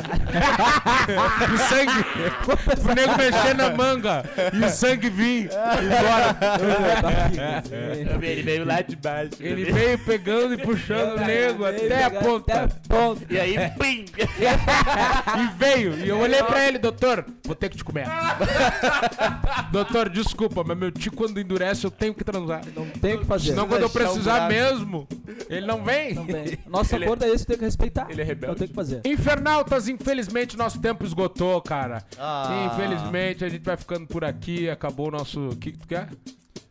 S3: o sangue. O nego mexer na manga e o sangue vir embora.
S5: Ele veio lá de baixo.
S3: Ele veio pegando e puxando o nego até a ponta.
S5: E aí, pim!
S3: [laughs] E veio, e eu olhei pra ele, doutor, vou ter que te
S5: [laughs]
S3: comer. doutor, desculpa, mas meu tio quando endurece eu tenho que transar.
S4: Tem o que fazer.
S3: Senão quando eu precisar mesmo, ele não vem.
S4: Não tem. Nosso acordo é esse, tem que respeitar.
S5: ele é rebelde.
S4: Eu tenho que fazer.
S3: Infernautas, infelizmente nosso tempo esgotou, cara.
S6: Ah.
S3: Infelizmente a gente vai ficando por aqui, acabou o nosso... O que que tu quer?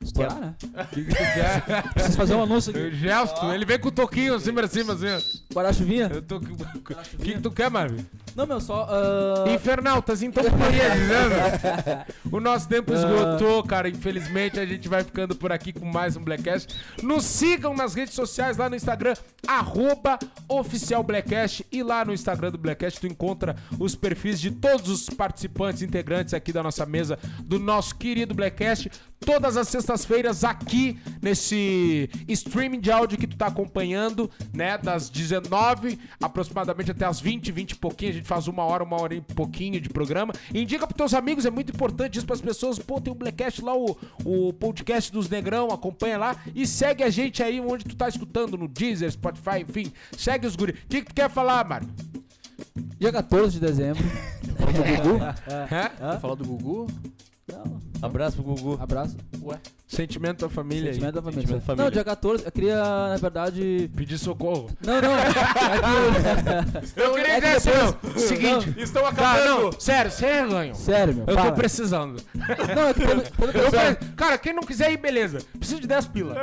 S4: Estourar, né?
S3: O que que tu quer?
S4: Preciso fazer um anúncio
S3: O
S4: aqui.
S3: gesto, ele vem com o toquinho assim pra cima, assim. ó.
S4: Guarda-chuvinha?
S3: Eu tô... O que que tu quer, Marvin?
S4: Não, meu, só. ah,
S3: Infernautas, então como eu ia dizendo, o nosso tempo esgotou, cara. Infelizmente, a gente vai ficando por aqui com mais um Blackcast. Nos sigam nas redes sociais, lá no Instagram, arroba oficial Blackcast. E lá no Instagram do Blackcast, tu encontra os perfis de todos os participantes, integrantes aqui da nossa mesa, do nosso querido Blackcast. Todas as sextas-feiras aqui nesse streaming de áudio que tu tá acompanhando, né? Das 19 aproximadamente até as 20, 20 e pouquinho. A gente faz uma hora, uma hora e pouquinho de programa. Indica pros teus amigos, é muito importante isso pras pessoas. Pô, tem o Blackcast lá, o, o podcast dos Negrão, acompanha lá e segue a gente aí onde tu tá escutando, no Deezer, Spotify, enfim. Segue os guri. O que, que tu quer falar, Mário?
S4: Dia 14 de dezembro.
S3: Hã?
S5: Fala do Gugu?
S4: Não,
S6: Abraço pro Gugu.
S4: abraço.
S3: Sentimento da família aí.
S4: Sentimento da família.
S6: Sentimento da família.
S4: Não, dia 14, eu queria, na verdade.
S3: Pedir socorro.
S4: Não, não. É que-
S3: Eu queria dizer assim, ó, seguinte.
S5: Estão
S3: Tá,
S5: acabando!
S3: não, sério, sério, ganho.
S4: Sério, meu.
S3: Eu
S4: fala.
S3: tô precisando.
S4: Não, é que teve, teve
S3: Eu
S4: pessoa-
S3: pre- Cara, quem não quiser ir, beleza. Preciso de 10 pila.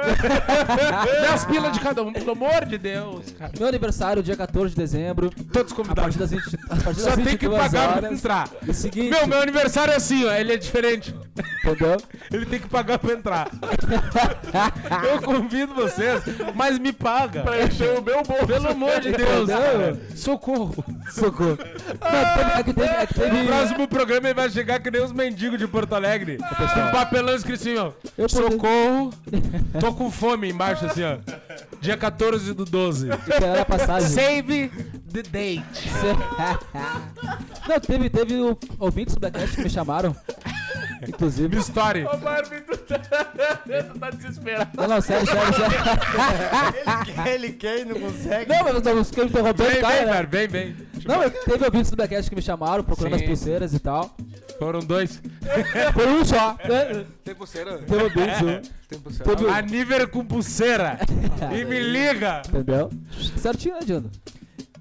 S3: 10 pila de cada um, pelo amor de Deus, cara.
S4: Meu aniversário, dia 14 de dezembro.
S3: Todos
S4: A partir
S3: convidados.
S4: das 20. A partir
S3: Só
S4: das
S3: tem que
S4: 22
S3: pagar pra
S4: horas.
S3: entrar.
S4: E seguinte,
S3: Meu, meu aniversário é assim, ó. Ele é diferente.
S4: entendeu?
S3: Ele tem que pagar pra entrar. [laughs] Eu convido vocês, mas me paga.
S5: Pra encher o meu bolso.
S3: Pelo amor de Deus.
S4: Entendeu?
S3: Socorro.
S4: Socorro. Não, é que teve. É que teve, é
S3: No
S4: que teve
S3: próximo programa ele vai chegar que nem os mendigos de Porto Alegre. Com papelão escrito assim, ó.
S4: Eu posso-
S3: Socorro. Tô com fome embaixo, assim, ó. Dia 14 do 12.
S4: era a passagem.
S3: Save the date.
S4: [laughs] Não, teve, teve o- ouvintes do Blackcast que me chamaram. Inclusive.
S3: Story.
S5: Ô, Marvin, tu tá, tu tá desesperado.
S4: Não, não, sério, sério, sério.
S6: Ele quer e não consegue. Tá
S4: Não, mas eu fiquei interrompendo
S3: Vem,
S4: o
S3: vem,
S4: cara. né?
S3: velho. Vem, vem.
S4: Não, mas teve ouvintes do Blackcast que me chamaram, procurando
S3: Sim. É,
S4: as pulseiras e tal.
S3: Foram dois.
S4: Foi um só. né?
S10: É, Tem pulseira? É,
S4: Teve ouvintes, um.
S10: Tem pulseira? Ah,
S4: Teve um.
S3: Aníver com pulseira. E me liga.
S4: Entendeu? Certinho, né, Diando?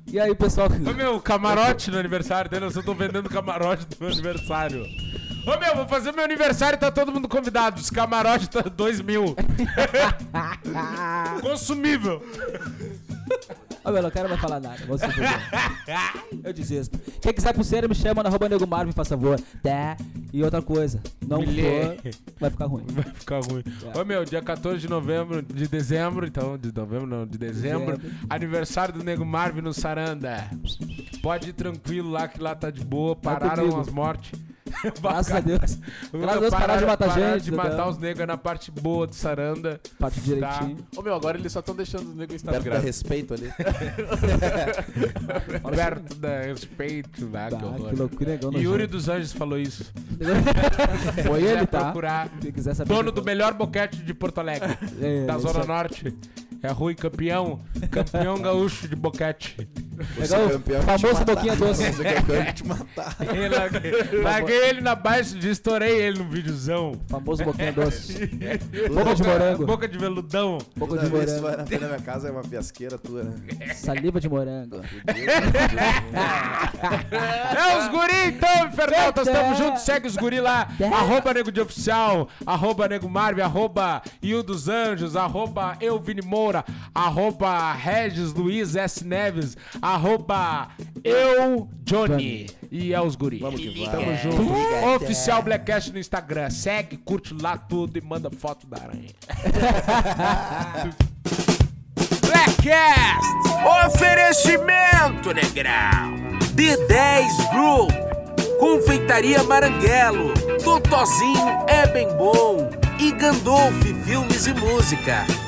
S4: E aí, pessoal?
S3: Ô meu, camarote no aniversário dele, eu só tô vendendo camarote do meu aniversário. Ô meu, vou fazer meu aniversário e tá todo mundo convidado. Os camarotes tá 2 mil. Consumível.
S4: Ô, meu, não quero mais falar nada. Vou se
S3: [laughs]
S4: fuder. Eu desisto. Quem quiser pulseira, me chama na arroba Nego Marvin, faz favor. Tá? E outra coisa, não
S3: Milê.
S4: for, vai ficar ruim.
S3: Vai ficar ruim.
S4: É.
S3: Ô meu, dia 14 de novembro, de dezembro, então, de novembro não, de dezembro,
S4: Dezembro.
S3: aniversário do Nego Marvin no Saranda. Pode ir tranquilo lá, que lá tá de boa,
S4: Vai
S3: pararam
S4: comigo.
S3: as mortes.
S4: Graças a Deus. Graças a Deus
S3: Pararam-
S4: pararam de matar
S3: pararam
S4: gente,
S3: de matar
S4: então.
S3: os negros na parte boa do Saranda.
S4: Parte direitinho.
S5: Ô meu, agora eles só estão deixando o nego em estado
S7: tá
S6: Perto da
S5: grave.
S6: respeito [laughs] ali.
S4: Fala
S3: Perto da respeito, lá,
S4: Tá,
S3: Ah, que horror.
S4: que loucura, negão.
S3: E Yuri
S4: nojento.
S3: dos Anjos falou isso.
S4: [laughs] Foi
S3: Se
S4: ele,
S3: quiser
S4: tá?
S3: procurar.
S4: Se quiser saber.
S3: Dono do
S4: depois.
S3: melhor boquete de Porto
S4: [laughs]
S3: Alegre,
S4: É,
S3: da
S4: isso
S3: Zona
S4: aí.
S3: Norte. É Rui Campeão, campeão gaúcho de boquete.
S4: Legal, famoso boquinha doce.
S6: Você campeão de te matar.
S3: Ele larguei, larguei ele na baixa e estourei ele num videozão.
S4: Famoso boquinha
S3: [laughs]
S4: doce. Boca de morango.
S3: Boca de veludão.
S4: Boca
S6: Toda
S4: de
S6: vez que tu vai
S4: morango.
S6: na frente da minha casa é uma fiasqueira tua, né?
S4: Saliva de morango.
S3: É os guri então, Infernautas. Tamo junto, segue os guri lá. Arroba Nego de Oficial, arroba Nego Marvel, arroba Il dos Anjos, arroba Eu Vini Moura, arroba Regis Luiz S. Neves, arroba Eu Johnny. E é os guri.
S6: Vamos que vai.
S3: Tamo junto. Oficial Blackcast no Instagram. Segue, curte lá tudo e manda foto da [laughs] aranha.
S11: Blackcast. Oferecimento, Negrão. D10 Group. Confeitaria Maranguelo. Totozinho é bem bom. E Gandolf Filmes e Música.